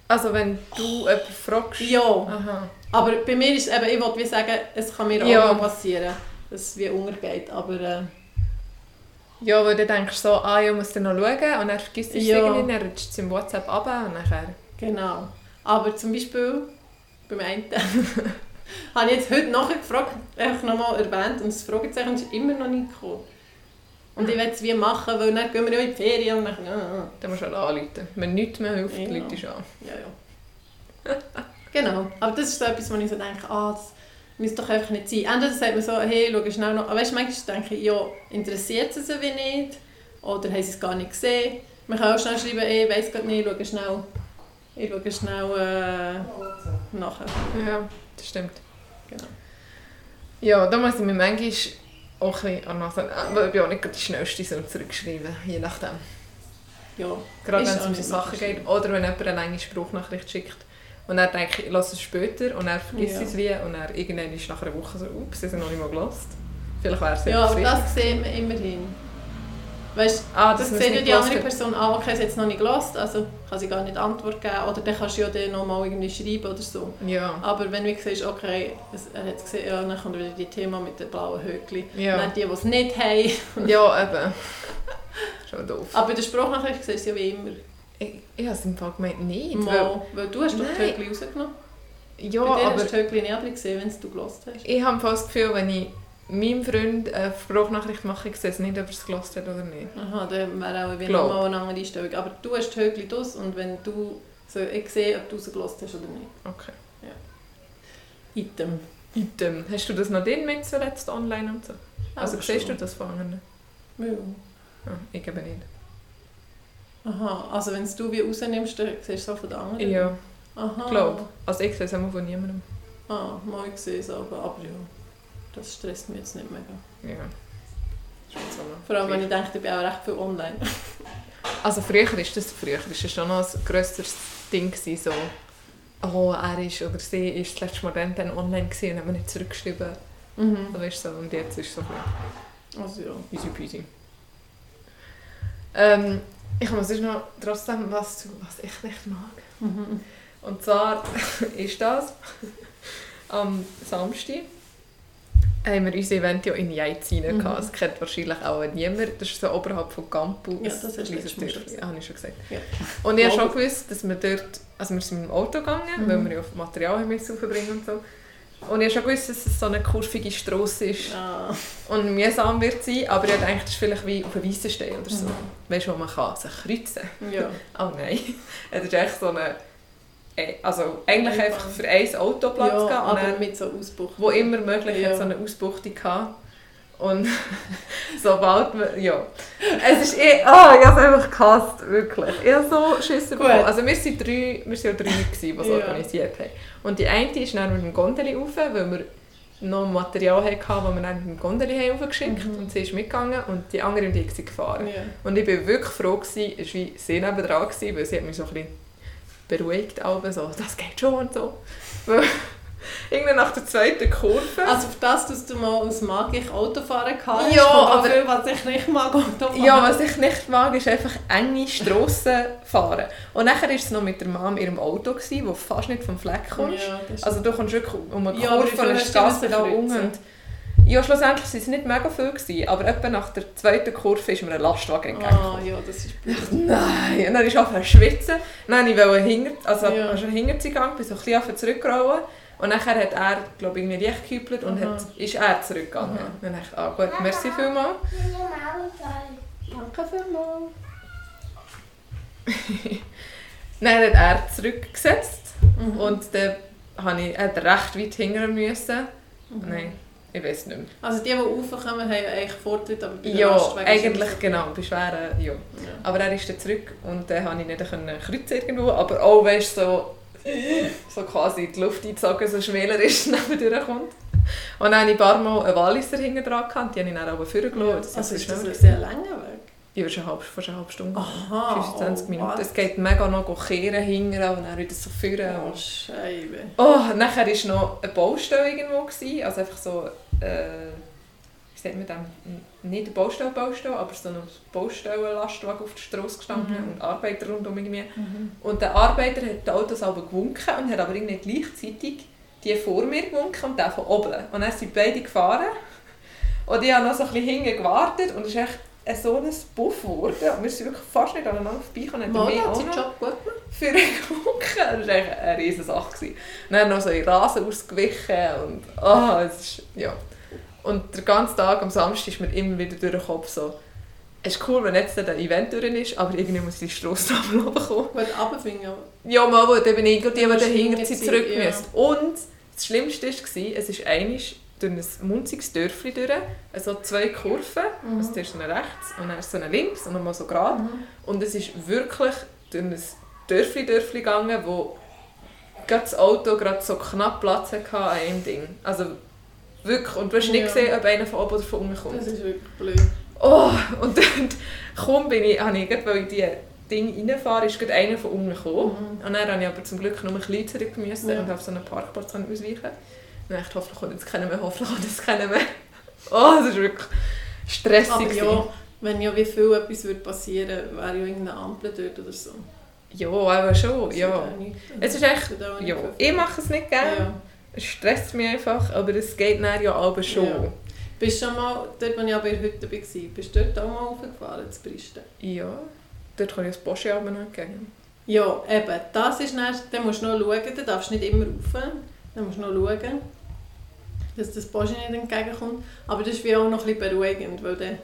[SPEAKER 1] Also wenn du jemanden fragst...
[SPEAKER 2] Ja,
[SPEAKER 1] Aha.
[SPEAKER 2] aber bei mir ist eben, ich wollte wie sagen, es kann mir auch
[SPEAKER 1] Ja.
[SPEAKER 2] mal passieren, dass es wie untergeht, aber... Äh,
[SPEAKER 1] Ja, weil du denkst so, ah, ich muss dann noch schauen und dann vergisst du es
[SPEAKER 2] Ja.
[SPEAKER 1] irgendwie, dann rutscht es im WhatsApp ab und nachher...
[SPEAKER 2] Genau. Aber zum Beispiel beim einen habe ich jetzt heute nachher gefragt, einfach nochmal erwähnt und das Fragezeichen ist immer noch nicht gekommen. Und ich will es wie machen, weil dann gehen wir ja in die Ferien und dann... äh, Ja,
[SPEAKER 1] Dann musst du halt anrufen. Wenn nichts mehr hilft,
[SPEAKER 2] Ja.
[SPEAKER 1] ja. läutest du an.
[SPEAKER 2] ja. genau. Aber das ist so etwas, wo ich so denke, ah, das müsste doch einfach nicht sein. Entweder sagt man so, hey, schau schnell noch... Aber weißt, du, manchmal denke ich, ja, interessiert es sie wie nicht? Oder haben sie es gar nicht gesehen? Man kann auch schnell schreiben, ey, ich weiss gerade nicht, schau schnell... Ich schaue schnell äh, nachher.
[SPEAKER 1] Ja, das stimmt.
[SPEAKER 2] Genau.
[SPEAKER 1] Ja, da muss ich mir manchmal auch ein bisschen an die Nase nehmen, aber ich bin auch nicht gerade die Schnellste, um zurückzuschreiben, je nachdem.
[SPEAKER 2] Ja,
[SPEAKER 1] Gerade
[SPEAKER 2] Ist
[SPEAKER 1] wenn es
[SPEAKER 2] auch
[SPEAKER 1] um
[SPEAKER 2] nicht
[SPEAKER 1] so Sachen
[SPEAKER 2] nachgeschrieben.
[SPEAKER 1] geht oder wenn jemand eine lange Spruchnachricht schickt und dann denke ich, ich lasse es später und dann vergisst
[SPEAKER 2] Ja.
[SPEAKER 1] ich es wie und dann irgendwann ist nach einer Woche so, ups, ich habe noch nicht mal gelassen. Vielleicht wäre es
[SPEAKER 2] ja aber
[SPEAKER 1] etwas
[SPEAKER 2] das sieht man immerhin. Weißt
[SPEAKER 1] Ah,
[SPEAKER 2] du, das
[SPEAKER 1] dass man
[SPEAKER 2] sieht
[SPEAKER 1] es
[SPEAKER 2] ja
[SPEAKER 1] nicht
[SPEAKER 2] die andere
[SPEAKER 1] gehört
[SPEAKER 2] Person auch, okay, sie hat es noch nicht gelost, also kann sie gar nicht Antwort geben. Oder dann kannst du ja dann nochmal irgendwie schreiben oder so.
[SPEAKER 1] hat. Ja,
[SPEAKER 2] Aber wenn du siehst, okay, es, er hat es gesehen, ja, dann kommt wieder die Thema mit den blauen Höckli.
[SPEAKER 1] Ja.
[SPEAKER 2] Dann die, die es nicht haben.
[SPEAKER 1] ja eben. Schon doof.
[SPEAKER 2] Aber bei der Sprachnachricht siehst du es ja wie immer.
[SPEAKER 1] Ich, ich habe es im Fall gemeint, nicht. Weil,
[SPEAKER 2] Mal, weil du hast doch die
[SPEAKER 1] Nein.
[SPEAKER 2] Höckli rausgenommen.
[SPEAKER 1] ja,
[SPEAKER 2] Bei dir
[SPEAKER 1] aber
[SPEAKER 2] hast du die Höckli nicht aber gesehen, wenn es du gelost hast.
[SPEAKER 1] ich habe fast das Gefühl, wenn ich meinem Freund eine Spruchnachricht mache, ich sehe es nicht, ob er es gelassen hat oder nicht.
[SPEAKER 2] Aha, dann wäre auch wieder
[SPEAKER 1] Glaub.
[SPEAKER 2] mal eine andere Einstellung. Aber du hast die Höckli draus und wenn du... So, ich sehe, ob du es gelost hast oder nicht.
[SPEAKER 1] Okay.
[SPEAKER 2] Item.
[SPEAKER 1] Item. Hast du das noch drin mit zuletzt online und so? also siehst du das von anderen?
[SPEAKER 2] Ja.
[SPEAKER 1] Ah, ich eben nicht.
[SPEAKER 2] Aha, also wenn es du wie rausnimmst, dann siehst du es auch von den anderen?
[SPEAKER 1] Ja,
[SPEAKER 2] Aha.
[SPEAKER 1] glaub. Also ich sehe es immer von niemandem.
[SPEAKER 2] Ah, mal ich sehe es aber, aber ja. Das stresst mich jetzt nicht mega.
[SPEAKER 1] Ja. Ist mir so noch
[SPEAKER 2] Vor allem, wenn
[SPEAKER 1] gleich.
[SPEAKER 2] ich denke, ich bin auch recht viel online.
[SPEAKER 1] Also früher ist das früher. Ist das schon noch ein grösseres Ding gewesen, so. Oh, er ist oder sie ist das letzte Mal dann, dann online gewesen und haben mir nicht zurückgeschrieben.
[SPEAKER 2] mhm.
[SPEAKER 1] Also ist so. Und jetzt ist es so ein bisschen-
[SPEAKER 2] Also ja.
[SPEAKER 1] Easy peasy. Ähm, ich muss sonst noch trotzdem was zu, was ich nicht mag.
[SPEAKER 2] Mhm.
[SPEAKER 1] Und zwar ist das am Samstag haben wir unser Event ja in Jeizine
[SPEAKER 2] Mhm.
[SPEAKER 1] gehabt. Das kennt wahrscheinlich auch niemand. Das ist so oberhalb von Campus.
[SPEAKER 2] Ja, das hast du letztes Mal schon
[SPEAKER 1] Ja, habe ich schon gesagt.
[SPEAKER 2] Ja.
[SPEAKER 1] Und ich habe
[SPEAKER 2] Ja.
[SPEAKER 1] schon gewusst, dass wir dort, also wir sind mit dem Auto gegangen,
[SPEAKER 2] Mhm.
[SPEAKER 1] weil wir ja auf Material haben müssen aufbringen und so. Und ich habe schon gewusst, dass es so eine kurvige Strasse ist
[SPEAKER 2] Ah.
[SPEAKER 1] und mühsam wird sein, aber ich denke, das ist vielleicht wie auf einem weissen Stein oder
[SPEAKER 2] Mhm.
[SPEAKER 1] so. Weißt du, wo man kann sich kreuzen
[SPEAKER 2] Ja.
[SPEAKER 1] Oh nein, es ist echt so eine... äh, Also eigentlich
[SPEAKER 2] Einfach.
[SPEAKER 1] einfach für ein Auto Platz
[SPEAKER 2] ja,
[SPEAKER 1] gehabt, ne? und
[SPEAKER 2] aber
[SPEAKER 1] dann,
[SPEAKER 2] mit so Ausbuch.
[SPEAKER 1] wo immer möglich
[SPEAKER 2] Ja.
[SPEAKER 1] hat so eine Ausbuchtung gehabt. Und sobald man, ja. Es ist eh, oh, ich habe es einfach gehasst, wirklich. Ich habe so Schüsse
[SPEAKER 2] Gut.
[SPEAKER 1] bekommen. Also wir waren drei, wir sind ja drei, gewesen, die es
[SPEAKER 2] Ja.
[SPEAKER 1] organisiert haben. Und die eine ist dann mit dem Gondeli rauf, weil wir noch Material hatten, das wir dann mit dem Gondeli haben raufgeschickt
[SPEAKER 2] Mhm.
[SPEAKER 1] haben. Und sie ist mitgegangen und die andere und ich sind gefahren.
[SPEAKER 2] Ja.
[SPEAKER 1] Und ich bin wirklich froh, gewesen, es war wie sie neben dran, gewesen, weil sie hat mich so ein bisschen beruhigt, aber so, das geht schon und so. Weil Irgendwann nach der zweiten Kurve...
[SPEAKER 2] Also für das, dass du mal aus mag ich Autofahren gehabt
[SPEAKER 1] Ja,
[SPEAKER 2] kommt auch
[SPEAKER 1] aber-
[SPEAKER 2] viel, was ich nicht mag Autofahren.
[SPEAKER 1] Ja, was ich nicht mag, ist einfach enge Strassen fahren. Und nachher war es noch mit der Mom in ihrem Auto, gewesen, wo fast nicht vom Fleck kommst.
[SPEAKER 2] Ja, das ist-
[SPEAKER 1] also du kommst wirklich um eine
[SPEAKER 2] Ja, aber
[SPEAKER 1] Kurve
[SPEAKER 2] wie
[SPEAKER 1] von
[SPEAKER 2] viel
[SPEAKER 1] einer
[SPEAKER 2] hast du
[SPEAKER 1] Straße da
[SPEAKER 2] müssen
[SPEAKER 1] um.
[SPEAKER 2] kreuzen?
[SPEAKER 1] und- Ja, schlussendlich waren es nicht mega viel, gewesen, aber etwa nach der zweiten Kurve ist mir ein Lastwagen
[SPEAKER 2] Ah,
[SPEAKER 1] entgegengekommen.
[SPEAKER 2] ja, das ist
[SPEAKER 1] Ich dachte, Nein, und dann ist angefangen zu schwitzen. Dann wollte ich hinter, also
[SPEAKER 2] Ja.
[SPEAKER 1] ja. schon hinter sie gegangen, bin so ein bisschen angefangen zurückgerollt. Und nachher hat er, glaube ich, irgendwie recht gekübelt und
[SPEAKER 2] Aha.
[SPEAKER 1] hat, ist er zurückgegangen.
[SPEAKER 2] Aha.
[SPEAKER 1] Dann dachte ich, ah gut, merci vielmals.
[SPEAKER 2] Danke vielmals.
[SPEAKER 1] Dann hat er zurückgesetzt
[SPEAKER 2] Mhm.
[SPEAKER 1] und dann habe ich, hat er recht weit hingern müssen.
[SPEAKER 2] Mhm.
[SPEAKER 1] Nein, ich weiß nicht mehr.
[SPEAKER 2] Also die, die raufkommen, haben ja eigentlich Vortritt, aber bei der
[SPEAKER 1] Ja,
[SPEAKER 2] Lastwagen ist
[SPEAKER 1] eigentlich
[SPEAKER 2] immer
[SPEAKER 1] genau, bei schweren, ja.
[SPEAKER 2] so. Ja.
[SPEAKER 1] Aber er ist dann zurück und dann konnte ich nicht können kreuzen irgendwo, aber auch weißt, so, so quasi die Luft einzogen, so schmäler ist, neben durchkommt. Und dann hatte ich ein paar Mal einen Walliser hinten dran, gehabt, die habe ich dann aber vorgelassen. Das
[SPEAKER 2] Also ist
[SPEAKER 1] ist
[SPEAKER 2] das Ah, ein
[SPEAKER 1] schneller.
[SPEAKER 2] sehr langer Weg?
[SPEAKER 1] Ja, das ist eine halbe, fast eine halbe Stunde.
[SPEAKER 2] Aha.
[SPEAKER 1] 25 Minuten.
[SPEAKER 2] oh, was?
[SPEAKER 1] Es geht mega noch kehren hinten und dann wieder so führen.
[SPEAKER 2] Oh,
[SPEAKER 1] und-
[SPEAKER 2] Scheibe.
[SPEAKER 1] Oh, nachher war noch eine Baustelle irgendwo, gewesen, also einfach so, äh, wie sagt man dem, nicht eine Baustelle, Baustelle, aber so ein Baustellenlastwagen auf der Straße gestanden
[SPEAKER 2] Mhm.
[SPEAKER 1] und Arbeiter rundum irgendwie. Und der Arbeiter hat die Autos aber gewunken und hat aber irgendwie gleichzeitig die vor mir gewunken und der von oben. Und dann sind beide gefahren und ich habe noch so ein bisschen hinten gewartet und es ist echt so ein Buff geworden und wir sind wirklich fast nicht aneinander vorbeigekommen. und hat er
[SPEAKER 2] Mona
[SPEAKER 1] mich
[SPEAKER 2] hat
[SPEAKER 1] auch
[SPEAKER 2] seinen
[SPEAKER 1] noch-
[SPEAKER 2] Job gut gemacht.
[SPEAKER 1] für eine Woche. Das war echt eine riesige Sache. gewesen. Und dann noch so in Rasen ausgewichen und ah, es ist, ja. Und den ganzen Tag am Samstag ist mir immer wieder durch den Kopf so, es ist cool, wenn jetzt der Event durch ist, aber irgendwie muss ich die Strasse nochmal runterkommen.
[SPEAKER 2] Gut runterfinden. aber-
[SPEAKER 1] Ja, mal gut, eben ich und die, die
[SPEAKER 2] Dann musst du
[SPEAKER 1] dahinter
[SPEAKER 2] hinten
[SPEAKER 1] sind, zurück
[SPEAKER 2] sein, ja.
[SPEAKER 1] müssen. Und das Schlimmste war, es ist einmal durch ein munziges Dörfli durch, also zwei Kurven,
[SPEAKER 2] Mhm.
[SPEAKER 1] also zuerst so eine rechts und dann so eine links und nochmal so gerade. Und es ist wirklich durch ein Dörfli, Dörfli gegangen, wo gerade das Auto gerade so knapp Platz hatte an einem Ding. Also wirklich. Und du hast nicht
[SPEAKER 2] Ja.
[SPEAKER 1] gesehen, ob einer von oben oder von unten kommt.
[SPEAKER 2] Das ist wirklich blöd.
[SPEAKER 1] Oh, und dann kaum bin ich, habe ich gerade, weil ich die Ding reinfahre, ist gerade einer von unten gekommen. Und dann habe ich aber zum Glück nur ein bisschen zurück müssen
[SPEAKER 2] Mhm. Ja.
[SPEAKER 1] und auf so einen Parkplatz können ausweichen. Und ich dachte, hoffentlich kommt jetzt keiner mehr, hoffentlich kommt jetzt keiner mehr. Oh, das ist wirklich stressig.
[SPEAKER 2] Aber
[SPEAKER 1] gewesen.
[SPEAKER 2] ja, wenn ja wie viel etwas würde passieren, wäre ja irgendeine Ampel dort oder so.
[SPEAKER 1] ja, aber schon,
[SPEAKER 2] Das
[SPEAKER 1] ja.
[SPEAKER 2] würde auch nicht-
[SPEAKER 1] Es ist echt-
[SPEAKER 2] das würde auch nicht
[SPEAKER 1] Ja,
[SPEAKER 2] helfen.
[SPEAKER 1] ich mache es nicht gerne.
[SPEAKER 2] Ja.
[SPEAKER 1] Es stresst mich einfach, aber es geht dann ja aber schon.
[SPEAKER 2] Bist du schon mal, dort wo ich aber heute war, bist du dort auch mal hochgefahren zu Bristen?
[SPEAKER 1] Ja. Dort kann ich das Porsche abnehmen.
[SPEAKER 2] Ja, eben, das ist dann, dann musst du noch schauen, da darfst du nicht immer rauf, dann musst du noch schauen, dass das Porsche nicht entgegenkommt. Aber das ist wie auch noch ein bisschen beruhigend, weil dann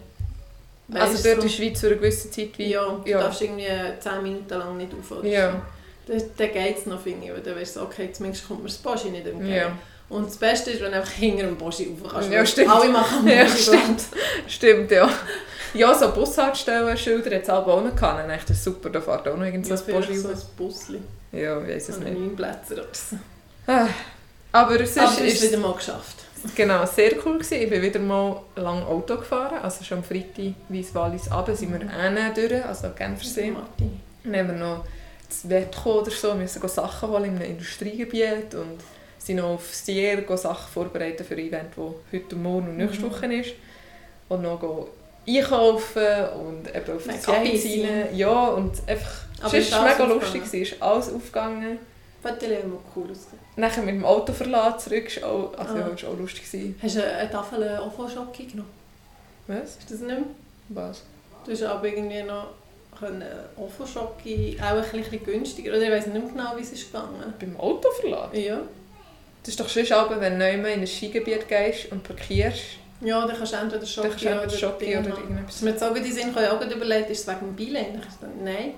[SPEAKER 1] Also
[SPEAKER 2] weisst
[SPEAKER 1] dort
[SPEAKER 2] du,
[SPEAKER 1] ist wie zu einer gewissen Zeit wie...
[SPEAKER 2] ja, du
[SPEAKER 1] ja.
[SPEAKER 2] darfst irgendwie 10 Minuten lang nicht rauf oder
[SPEAKER 1] Ja.
[SPEAKER 2] so. Dann, dann geht es noch, finde ich, weil dann weißt du, okay, zumindest kommt mir das Porsche nicht entgegen.
[SPEAKER 1] Ja.
[SPEAKER 2] Und das Beste ist, wenn du einfach hinter dem Porsche rauf kannst.
[SPEAKER 1] Ja,
[SPEAKER 2] weil
[SPEAKER 1] stimmt.
[SPEAKER 2] Alle machen am
[SPEAKER 1] Ja,
[SPEAKER 2] Porsche
[SPEAKER 1] stimmt.
[SPEAKER 2] drauf.
[SPEAKER 1] Stimmt, ja. Ja, so Bushaltestellen-Schilder jetzt aber auch noch kann. Dann dachte ich, super, da fährt auch noch irgend so
[SPEAKER 2] Ja,
[SPEAKER 1] ein Porsche
[SPEAKER 2] vielleicht so
[SPEAKER 1] raus.
[SPEAKER 2] ein Bussli.
[SPEAKER 1] Ja, ich weiß es
[SPEAKER 2] Oder
[SPEAKER 1] nicht.
[SPEAKER 2] neun Plätze oder so.
[SPEAKER 1] Ah. Aber es
[SPEAKER 2] Aber
[SPEAKER 1] ist,
[SPEAKER 2] es ist
[SPEAKER 1] ist
[SPEAKER 2] wieder mal geschafft.
[SPEAKER 1] genau, sehr cool gewesen. Ich bin wieder mal lang Auto gefahren. Also schon am Freitag, wie es Wallis runter, sind wir mhm. durch, also Genfersee.
[SPEAKER 2] Martin.
[SPEAKER 1] Dann haben wir noch das Wetter oder so, müssen go Sachen holen in einem Industriegebiet und sind noch auf Sierra go Sachen vorbereiten für ein Event, das heute und morgen und nächste
[SPEAKER 2] Mhm.
[SPEAKER 1] Woche ist. Und noch go einkaufen und eben auf
[SPEAKER 2] Mega
[SPEAKER 1] das Gebiet
[SPEAKER 2] easy.
[SPEAKER 1] rein. Ja, und einfach...
[SPEAKER 2] Aber
[SPEAKER 1] Aber es
[SPEAKER 2] ist
[SPEAKER 1] war
[SPEAKER 2] alles
[SPEAKER 1] mega
[SPEAKER 2] aufgegangen?
[SPEAKER 1] lustig, gewesen, ist alles aufgegangen.
[SPEAKER 2] Fotos haben auch cool ausgesehen.
[SPEAKER 1] Nachher mit dem Auto verlassen, zurück, ist auch, also
[SPEAKER 2] Ah.
[SPEAKER 1] ja, ist auch lustig. Gewesen.
[SPEAKER 2] Hast du eine eine Tafel äh, auch von Schoki genommen?
[SPEAKER 1] Was?
[SPEAKER 2] Ist das nicht mehr?
[SPEAKER 1] Was?
[SPEAKER 2] Du hast aber irgendwie noch können, äh, auch von Schoki, auch ein bisschen- bisschen günstiger. Oder ich weiss nicht mehr genau, wie es ist gegangen.
[SPEAKER 1] Beim Auto verlassen?
[SPEAKER 2] Ja.
[SPEAKER 1] Das ist doch sonst aber, wenn du nicht mehr in ein Skigebiet gehst und parkierst,
[SPEAKER 2] Ja, dann kannst du entweder
[SPEAKER 1] dann kannst
[SPEAKER 2] Schoki
[SPEAKER 1] du entweder Shopping
[SPEAKER 2] Dinge
[SPEAKER 1] oder
[SPEAKER 2] haben.
[SPEAKER 1] irgendetwas.
[SPEAKER 2] Dass mir jetzt auch in den Sinn kam, ich habe auch gerade überlegt, ist es wegen dem Bilen? Dann habe ich gesagt, Nein.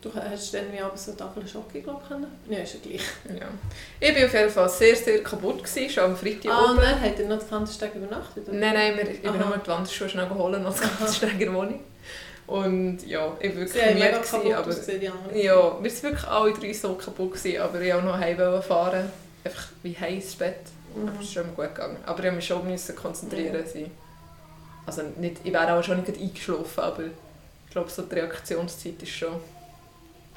[SPEAKER 2] Du hast dann wie abends so eine Tafel Schokolade, glaube ich, können? Nein, ist ja gleich.
[SPEAKER 1] Ja. Ich war auf jeden Fall sehr, sehr kaputt, gewesen, schon am Freitag
[SPEAKER 2] Ah,
[SPEAKER 1] oben.
[SPEAKER 2] nein, hat er noch den Kantensteg übernachtet? oder?
[SPEAKER 1] Nein, nein, wir, ich bin
[SPEAKER 2] Aha.
[SPEAKER 1] nur die Wanderschuhe schnell geholt, noch
[SPEAKER 2] Aha.
[SPEAKER 1] das in der Wohnung. Und ja, ich war
[SPEAKER 2] Sie
[SPEAKER 1] wirklich
[SPEAKER 2] haben
[SPEAKER 1] müde,
[SPEAKER 2] mega
[SPEAKER 1] gewesen,
[SPEAKER 2] kaputt
[SPEAKER 1] aber...
[SPEAKER 2] ausgesehen, die anderen.
[SPEAKER 1] Ja, wir waren wirklich alle drei so kaputt, gewesen, aber ich wollte auch noch heim wollen fahren. Einfach wie heim ins Bett.
[SPEAKER 2] Mhm.
[SPEAKER 1] Aber es ist schon gut gegangen. Aber ich musste mich schon müssen konzentrieren.
[SPEAKER 2] Ja.
[SPEAKER 1] sein. Also nicht, ich wäre auch schon nicht eingeschlafen, aber ich glaube, so die Reaktionszeit ist schon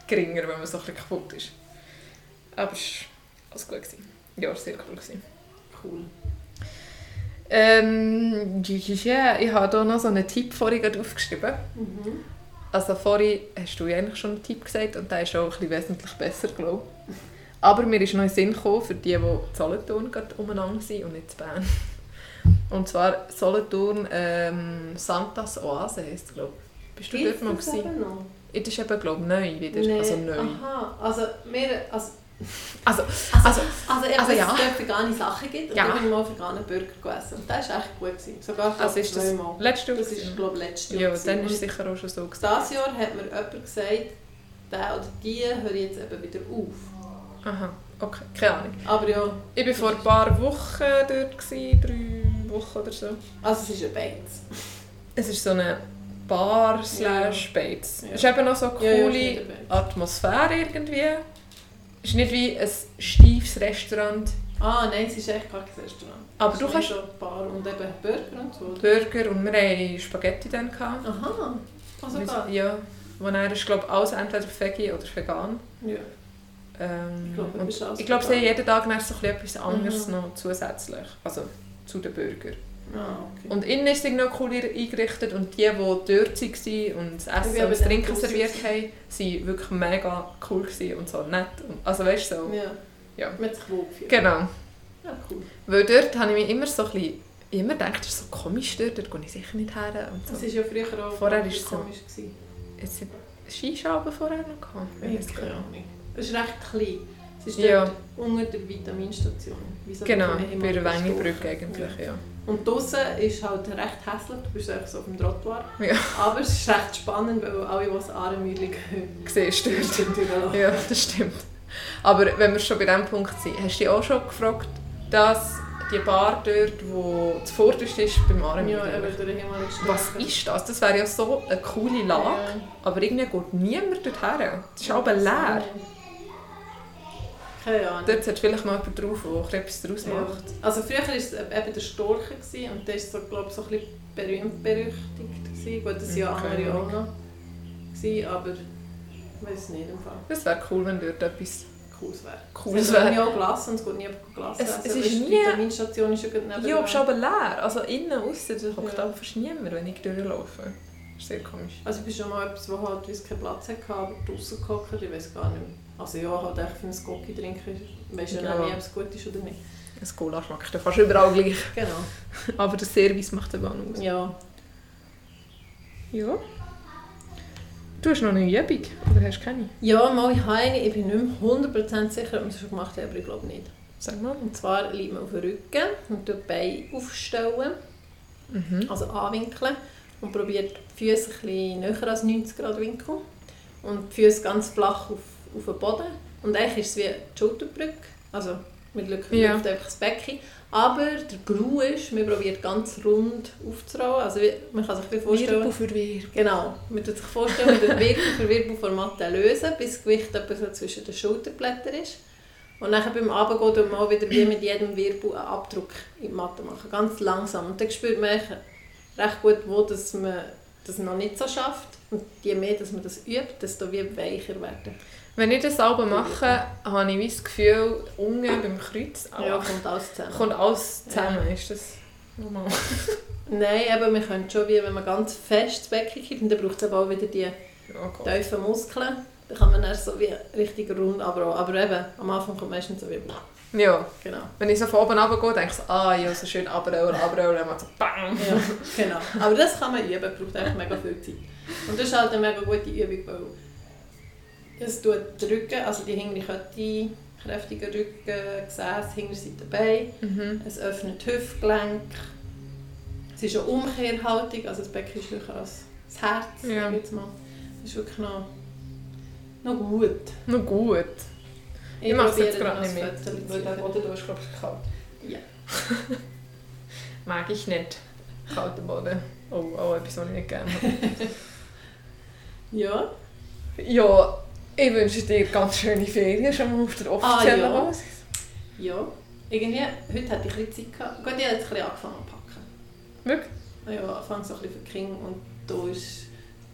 [SPEAKER 1] geringer, wenn man so ein bisschen kaputt ist. Aber es war alles gut. Gewesen. Ja, es war sehr cool. Gewesen.
[SPEAKER 2] Cool.
[SPEAKER 1] Ähm, ja, ich habe hier noch so einen Tipp vorhin gerade aufgeschrieben.
[SPEAKER 2] Mhm.
[SPEAKER 1] Also vorhin hast du ja eigentlich schon einen Tipp gesagt und der ist auch ein bisschen wesentlich besser, glaube ich. Aber mir ist noch in den Sinn gekommen, für die, die in Solothurn gerade umeinander sind und nicht in Bern. Und zwar Solothurn ähm, Santas Oase heisst es, glaube ich. Bist du dort mal
[SPEAKER 2] Gibt's das
[SPEAKER 1] gewesen?
[SPEAKER 2] eben noch?
[SPEAKER 1] Das ist eben, glaube ich, neu wieder. Also neu.
[SPEAKER 2] Aha, also wir... Also,
[SPEAKER 1] Also,
[SPEAKER 2] also, also, eben,
[SPEAKER 1] also
[SPEAKER 2] dass
[SPEAKER 1] ja.
[SPEAKER 2] es dort vegane Sachen gibt. Und
[SPEAKER 1] Ja.
[SPEAKER 2] ich bin mal veganen Burger gegessen. Und das war echt gut. Gewesen. Sogar
[SPEAKER 1] also ist das
[SPEAKER 2] zweimal.
[SPEAKER 1] letzte
[SPEAKER 2] Das
[SPEAKER 1] gewesen?
[SPEAKER 2] ist, glaube ich, letztes Jahr.
[SPEAKER 1] Ja,
[SPEAKER 2] gewesen.
[SPEAKER 1] dann ist
[SPEAKER 2] Und
[SPEAKER 1] es sicher auch schon so. Gewesen.
[SPEAKER 2] Dieses Jahr hat mir jemand gesagt, der oder die höre jetzt eben wieder auf.
[SPEAKER 1] Aha, okay, keine Ahnung.
[SPEAKER 2] Aber ja,
[SPEAKER 1] Ich war vor ein paar Wochen dort, gewesen, drei Wochen oder so.
[SPEAKER 2] also es ist ein Beiz.
[SPEAKER 1] Es ist so eine Bar slash Bates.
[SPEAKER 2] Ja.
[SPEAKER 1] Es ist eben noch so eine
[SPEAKER 2] Ja, ja,
[SPEAKER 1] coole
[SPEAKER 2] ist nicht ein Beiz.
[SPEAKER 1] Atmosphäre irgendwie. Es ist nicht wie ein steifes Restaurant.
[SPEAKER 2] Ah nein, es ist echt kein Restaurant.
[SPEAKER 1] Aber
[SPEAKER 2] Es
[SPEAKER 1] du
[SPEAKER 2] ist
[SPEAKER 1] kannst-
[SPEAKER 2] mehr so ein Bar und eben Burger und so.
[SPEAKER 1] Burger und wir hatten Spaghetti dann. Gehabt.
[SPEAKER 2] Aha, Ah, also gar.
[SPEAKER 1] ja. Und er ist glaube alles entweder veggie oder vegan.
[SPEAKER 2] Ja,
[SPEAKER 1] Ähm,
[SPEAKER 2] ich glaube,
[SPEAKER 1] und
[SPEAKER 2] du bist alles
[SPEAKER 1] ich glaube, sie haben
[SPEAKER 2] vegan.
[SPEAKER 1] jeden Tag noch so ein bisschen etwas anderes
[SPEAKER 2] Mhm.
[SPEAKER 1] noch zusätzlich. Also zu den Burger.
[SPEAKER 2] Ah, okay.
[SPEAKER 1] Und innen ist es noch cool eingerichtet und die, die dort waren und das
[SPEAKER 2] Ich
[SPEAKER 1] Essen
[SPEAKER 2] bin
[SPEAKER 1] und das
[SPEAKER 2] aber
[SPEAKER 1] Trinken
[SPEAKER 2] nicht
[SPEAKER 1] serviert
[SPEAKER 2] draussen.
[SPEAKER 1] haben, waren wirklich mega cool gewesen und so nett. Und, also weißt du so.
[SPEAKER 2] Ja.
[SPEAKER 1] Ja.
[SPEAKER 2] Mit sich wohlgefühlt.
[SPEAKER 1] Genau.
[SPEAKER 2] Ja, cool.
[SPEAKER 1] Weil dort habe ich mich immer so ein bisschen, immer gedacht, das ist so komisch dort, dort gehe ich sicher nicht her. Und
[SPEAKER 2] Das
[SPEAKER 1] so.
[SPEAKER 2] war ja früher auch
[SPEAKER 1] Vorher
[SPEAKER 2] wirklich
[SPEAKER 1] ist es so.
[SPEAKER 2] komisch. Gewesen.
[SPEAKER 1] Es hat Skischaben vorher noch gehabt. Ich weiss gar nicht.
[SPEAKER 2] Ahnung. Es ist recht klein. Es ist
[SPEAKER 1] Ja.
[SPEAKER 2] dort unter der Vitaminstation. Wieso
[SPEAKER 1] Genau,
[SPEAKER 2] bekommen wir
[SPEAKER 1] bei der
[SPEAKER 2] immer Also, das
[SPEAKER 1] Wengebrücke
[SPEAKER 2] Dorf?
[SPEAKER 1] eigentlich, ja.
[SPEAKER 2] Und draußen ist halt recht hässlich, du bist einfach so auf dem Trottoir.
[SPEAKER 1] Ja.
[SPEAKER 2] Aber es ist recht spannend, weil alle, die das Ahrenmühle gehen,
[SPEAKER 1] Siehst du dort.
[SPEAKER 2] sind durchlaufen.
[SPEAKER 1] Ja, das stimmt. Aber wenn wir schon bei diesem Punkt sind, hast du dich auch schon gefragt, dass die Bar dort, wo das vorderste ist, beim
[SPEAKER 2] Ja,
[SPEAKER 1] Arm
[SPEAKER 2] eben durch den Himmel
[SPEAKER 1] Was ist das? Das wäre ja so eine coole Lage, aber irgendwie geht niemand dorthin. Es ist aber leer.
[SPEAKER 2] Keine Ahnung.
[SPEAKER 1] Dort sollte vielleicht mal jemand drauf, der ein bisschen etwas daraus
[SPEAKER 2] Ja.
[SPEAKER 1] macht.
[SPEAKER 2] Also früher war es eben der Storchen gewesen, und der ist so, glaub, ich, so ein bisschen berühmt berüchtigt. Gewesen. Gut, das sind ja
[SPEAKER 1] Mhm, keine
[SPEAKER 2] andere auch
[SPEAKER 1] Ahnung.
[SPEAKER 2] noch. Gewesen, aber ich weiß nicht im Fall.
[SPEAKER 1] Das wäre cool, wenn dort etwas
[SPEAKER 2] Cooles wäre.
[SPEAKER 1] Cooles
[SPEAKER 2] Es hat
[SPEAKER 1] wäre.
[SPEAKER 2] ja auch Glas und es geht nie auf Glas.
[SPEAKER 1] Es-
[SPEAKER 2] essen,
[SPEAKER 1] es
[SPEAKER 2] weil
[SPEAKER 1] ist
[SPEAKER 2] die
[SPEAKER 1] nie-
[SPEAKER 2] Vitaminstation ist ja gerade nebenan.
[SPEAKER 1] Ja, aber es ist aber leer. Also innen, außen, da hockt
[SPEAKER 2] Ja.
[SPEAKER 1] ja. fast niemand, wenn ich durchlaufe. Das ist sehr komisch.
[SPEAKER 2] Also ich bin schon mal etwas, wo halt wie es keinen Platz hatte, aber draußen gehockt, ich weiß gar nicht mehr. Also ja, halt echt für einen Skoki trinken, weisst du ja
[SPEAKER 1] Ja.
[SPEAKER 2] nie, ob es gut ist oder nicht.
[SPEAKER 1] Ein Cola schmeckt ja fast überall gleich.
[SPEAKER 2] Genau.
[SPEAKER 1] Aber der Service macht eben auch aus.
[SPEAKER 2] Ja.
[SPEAKER 1] Ja. Du hast noch eine Übung, oder hast du keine?
[SPEAKER 2] Ja, mal ich habe eine, ich bin nicht mehr 100% sicher, ob wir es schon gemacht haben, aber ich glaube nicht.
[SPEAKER 1] Sag mal.
[SPEAKER 2] Und zwar liegt man auf dem Rücken und tut die Beine aufstellen,
[SPEAKER 1] Mhm.
[SPEAKER 2] also anwinkeln und probiert die Füße ein bisschen näher als 90 Grad Winkel und die Füße ganz flach auf, auf den Boden. Und eigentlich ist es wie die Schulterbrücke, also mit Glück
[SPEAKER 1] Ja.
[SPEAKER 2] läuft einfach das Becken. Aber der Clou ist, man probiert ganz rund aufzurollen, also wie, man kann sich wie vorstellen...
[SPEAKER 1] für Wirbel.
[SPEAKER 2] Genau, man tut sich vorstellen, wie der Wirbel für Wirbelformat lösen, bis das Gewicht etwa so zwischen den Schulterblättern ist. Und dann beim Abendgehen tut man auch wieder wie mit jedem Wirbel einen Abdruck in die Matte machen, ganz langsam. Und dann spürt man eigentlich recht gut, wo dass man das noch nicht so schafft. Und je mehr dass man das übt, desto wie weicher werden.
[SPEAKER 1] Wenn ich das selber mache, habe ich wie das Gefühl, unten beim Kreuz
[SPEAKER 2] Ja,
[SPEAKER 1] auch,
[SPEAKER 2] kommt alles zusammen.
[SPEAKER 1] kommt alles zusammen. Ist das normal?
[SPEAKER 2] Nein, aber man könnte schon, wie wenn man ganz fest das Becken kippt, und dann braucht es aber auch wieder die
[SPEAKER 1] Ja, Gott.
[SPEAKER 2] tiefen Muskeln. Dann kann man dann so wie richtig rund abrollen. Aber eben, am Anfang kommt meistens so wie...
[SPEAKER 1] ja.
[SPEAKER 2] Genau.
[SPEAKER 1] Wenn ich so von oben runtergehe, denke ich so, ah ja, so schön abrollen, abrollen, dann macht so BAM!
[SPEAKER 2] Ja, genau. Aber das kann man üben, braucht einfach mega viel Zeit. Und das ist halt eine mega gute Übung, weil es tut drücken, also die hintere Kette, kräftiger Rücken, Gesäß, Hinterseite Bein,
[SPEAKER 1] Mhm.
[SPEAKER 2] es öffnet Hüftgelenk, es ist eine Umkehrhaltung, also das Becken ist höher als das Herz,
[SPEAKER 1] Ja.
[SPEAKER 2] sag ich jetzt mal. Das ist wirklich noch Noch gut.
[SPEAKER 1] Noch gut. Ich mach's jetzt
[SPEAKER 2] probiere
[SPEAKER 1] gerade
[SPEAKER 2] noch
[SPEAKER 1] nicht
[SPEAKER 2] ein
[SPEAKER 1] mit.
[SPEAKER 2] Foto zu
[SPEAKER 1] Weil der
[SPEAKER 2] machen.
[SPEAKER 1] Boden, du hast, glaube ich, kalt.
[SPEAKER 2] Ja.
[SPEAKER 1] Mag ich nicht. Kalten Boden. Oh, auch etwas, was ich nicht gerne habe.
[SPEAKER 2] Ja.
[SPEAKER 1] Ja, ich wünsche dir ganz schöne Ferien, schon mal auf der offiziellen
[SPEAKER 2] Ah, ja.
[SPEAKER 1] Basis.
[SPEAKER 2] Ja. Irgendwie, heute hatte ich ein bisschen Zeit. gehabt. Gut, ich habe jetzt ein bisschen angefangen zu packen.
[SPEAKER 1] Wirklich?
[SPEAKER 2] Ah Ja, ich fange so ein bisschen für die Kinder und da ist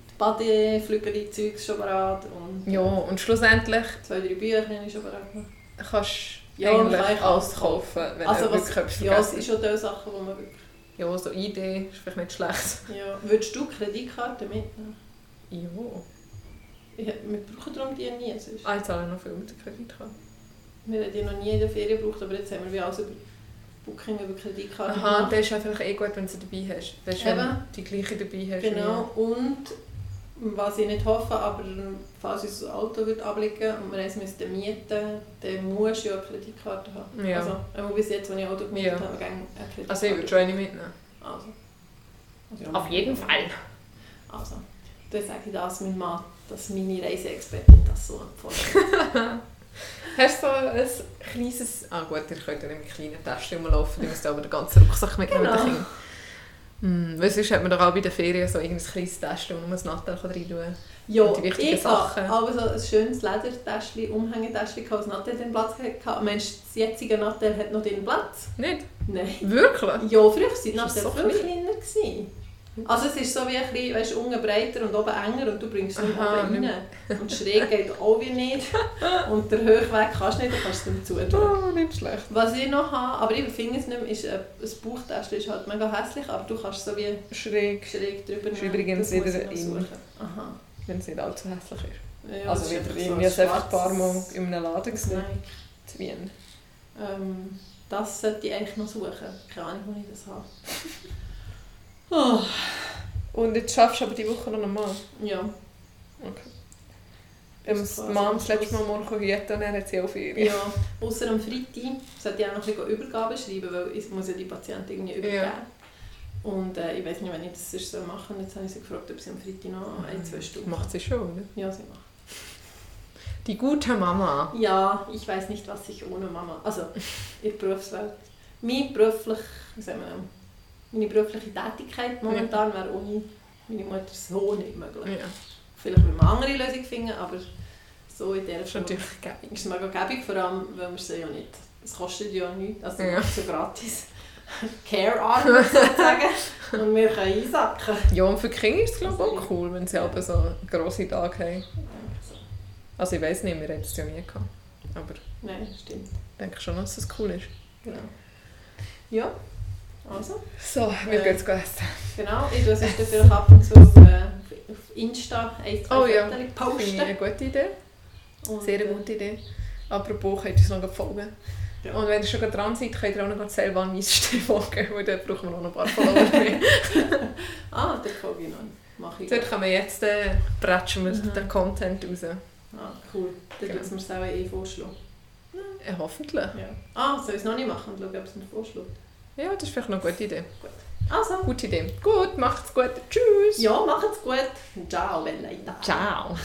[SPEAKER 2] die Badeflügel, Zeugs schon bereit und
[SPEAKER 1] Ja, und schlussendlich
[SPEAKER 2] zwei, drei Bücher habe ich schon bereit.
[SPEAKER 1] kannst du
[SPEAKER 2] Ja, man
[SPEAKER 1] eigentlich
[SPEAKER 2] kann
[SPEAKER 1] alles kaufen, wenn
[SPEAKER 2] Also
[SPEAKER 1] du
[SPEAKER 2] was,
[SPEAKER 1] wirklich etwas
[SPEAKER 2] ja, es
[SPEAKER 1] vergessen
[SPEAKER 2] sind schon die Sachen, die man wirklich...
[SPEAKER 1] Ja, so Idee ist vielleicht nicht schlecht.
[SPEAKER 2] Ja. Würdest du Kreditkarten mitnehmen?
[SPEAKER 1] Ja.
[SPEAKER 2] Ja, wir brauchen darum die nie. Sonst.
[SPEAKER 1] Ah, ich zahle noch viel mit der Kreditkarte.
[SPEAKER 2] Wir haben die noch nie in der Ferien gebraucht, aber jetzt haben wir wie alles über Booking, über Kreditkarte
[SPEAKER 1] Aha,
[SPEAKER 2] gemacht.
[SPEAKER 1] das ist einfach eh gut, wenn du sie dabei hast. Weißt du, wenn
[SPEAKER 2] Eben.
[SPEAKER 1] du die gleiche dabei hast.
[SPEAKER 2] Genau, und was ich nicht hoffe, aber falls uns das Auto wird abliegen und wir eins müssten mieten, dann musst du ja eine Kreditkarte haben.
[SPEAKER 1] Ja.
[SPEAKER 2] Also, einmal bis jetzt, wenn ich Auto gemietet
[SPEAKER 1] Ja.
[SPEAKER 2] habe, gerne eine Kreditkarte.
[SPEAKER 1] Also ich würde schon eine mitnehmen.
[SPEAKER 2] Also. Also,
[SPEAKER 1] Auf jeden Fall.
[SPEAKER 2] Also, dann sage ich das meinem Mann, dass meine Reiseexpertin das so empfohlen
[SPEAKER 1] Hast du so ein kleines... Ah gut, ihr könnt ja nicht mit kleinen Taschen rumlaufen, ihr müsst aber den ganzen Rucksack mitnehmen mit den
[SPEAKER 2] Genau.
[SPEAKER 1] Kindern. Hm, weil sonst hat man doch auch bei den Ferien so irgendein kleines Täschchen, wo man das Nattel rein tun kann.
[SPEAKER 2] Ja,
[SPEAKER 1] Und die wichtigen
[SPEAKER 2] ich
[SPEAKER 1] Sachen.
[SPEAKER 2] habe aber so ein schönes Ledertäschchen, Umhängetäschchen, gehabt, das Nattel den Platz hatte. Mensch, das jetzige Nattel hat noch den Platz?
[SPEAKER 1] Nicht?
[SPEAKER 2] Nein.
[SPEAKER 1] Wirklich?
[SPEAKER 2] Ja, früher waren die
[SPEAKER 1] Ist
[SPEAKER 2] Nattel
[SPEAKER 1] das so
[SPEAKER 2] viel kleiner. Gewesen. Also es ist so wie ein bisschen, weißt, unten breiter und oben enger und du bringst es nicht
[SPEAKER 1] Aha,
[SPEAKER 2] oben
[SPEAKER 1] nicht
[SPEAKER 2] rein. Und schräg geht auch wie nicht. Und der Höchweg kannst du nicht, dann kannst du es dem zutun.
[SPEAKER 1] Oh, nicht schlecht.
[SPEAKER 2] Was ich noch habe, aber ich finde es nicht mehr, ist äh, ein Bauchtäschchen ist halt mega hässlich, aber du kannst es so wie
[SPEAKER 1] Schräg,
[SPEAKER 2] schräg drüber
[SPEAKER 1] Ist übrigens
[SPEAKER 2] Das muss
[SPEAKER 1] wieder
[SPEAKER 2] ich noch
[SPEAKER 1] in.
[SPEAKER 2] suchen. Aha.
[SPEAKER 1] wenn es nicht allzu hässlich ist.
[SPEAKER 2] Ja,
[SPEAKER 1] also
[SPEAKER 2] das ist einfach
[SPEAKER 1] wieder,
[SPEAKER 2] so
[SPEAKER 1] ich habe es einfach ein paar
[SPEAKER 2] schwarzes
[SPEAKER 1] Mal in einem Laden gesehen.
[SPEAKER 2] Nike.
[SPEAKER 1] Zu Wien.
[SPEAKER 2] Ähm, das sollte ich eigentlich noch suchen. Keine Ahnung, wo ich das habe. Oh,
[SPEAKER 1] Und jetzt schaffst du aber die Woche noch einmal.
[SPEAKER 2] ja.
[SPEAKER 1] Okay.
[SPEAKER 2] Bis
[SPEAKER 1] Ähm, das
[SPEAKER 2] quasi
[SPEAKER 1] Mom
[SPEAKER 2] am
[SPEAKER 1] das letzte Mal
[SPEAKER 2] Schluss.
[SPEAKER 1] morgen hüten und dann hat sie auch Ferien.
[SPEAKER 2] Ja, außer am Freitag sollte ich auch noch ein bisschen Übergaben schreiben, weil ich muss ja die Patienten irgendwie übergeben.
[SPEAKER 1] Ja.
[SPEAKER 2] Und äh, ich weiß nicht, wenn ich das sonst so mache. Jetzt habe ich sie gefragt, ob sie am Freitag noch ein, zwei Stunden
[SPEAKER 1] Macht sie schon, oder?
[SPEAKER 2] Ja, sie macht.
[SPEAKER 1] Die gute Mama.
[SPEAKER 2] Ja, ich weiß nicht, was ich ohne Mama... Also, in der Berufswelt. Meine beruflich... Wie sagen wir denn? Meine berufliche Tätigkeit momentan wäre ohne meine Mutter so nicht möglich.
[SPEAKER 1] Ja,
[SPEAKER 2] Vielleicht will man eine andere Lösung finden, aber so in dieser
[SPEAKER 1] das ist
[SPEAKER 2] Form ist
[SPEAKER 1] natürlich geil.
[SPEAKER 2] es mega gäbig, vor allem, weil wir sie ja nicht, es kostet ja nichts, also
[SPEAKER 1] Ja.
[SPEAKER 2] so gratis Care Armor sozusagen und wir können einsacken.
[SPEAKER 1] Ja, und für die Kinder ist es glaube ich auch cool, wenn sie aber so grosse Tage haben.
[SPEAKER 2] Also,
[SPEAKER 1] Also ich weiß nicht, wir hätten es ja nie gehabt. Aber
[SPEAKER 2] Nein, stimmt.
[SPEAKER 1] ich denke schon, dass es cool ist.
[SPEAKER 2] Genau. Ja, also,
[SPEAKER 1] So, wir
[SPEAKER 2] Äh.
[SPEAKER 1] gehen jetzt essen.
[SPEAKER 2] genau, ich tue es dann vielleicht ab und zu auf, äh, auf Insta ein, zwei
[SPEAKER 1] Oh ja,
[SPEAKER 2] Fotos
[SPEAKER 1] Finde ich eine
[SPEAKER 2] posten.
[SPEAKER 1] gute Idee.
[SPEAKER 2] Und,
[SPEAKER 1] Sehr eine
[SPEAKER 2] äh,
[SPEAKER 1] gute Idee. Apropos, könnt ihr uns noch gleich folgen.
[SPEAKER 2] Ja.
[SPEAKER 1] Und wenn ihr schon gleich dran seid, könnt ihr auch noch gleich selber an mein Stil folgen, weil dann brauchen wir noch ein paar Follower mehr.
[SPEAKER 2] Ah, der folge ich noch. Mache ich.
[SPEAKER 1] Dort können wir jetzt, äh, bretschen wir
[SPEAKER 2] Mhm.
[SPEAKER 1] den Content raus.
[SPEAKER 2] Ah, cool. Dann
[SPEAKER 1] Genau.
[SPEAKER 2] tut es mir selber eh vorschlagen.
[SPEAKER 1] Äh, hoffentlich.
[SPEAKER 2] Ja. Ah, soll ich es noch nicht machen und schauen, ob es mir vorschlägt?
[SPEAKER 1] Ja, das ist vielleicht noch eine gute Idee.
[SPEAKER 2] Also.
[SPEAKER 1] Gute Idee. Gut, macht's gut. Tschüss.
[SPEAKER 2] Ja, macht's gut. Ciao, Bella Italia.
[SPEAKER 1] Ciao.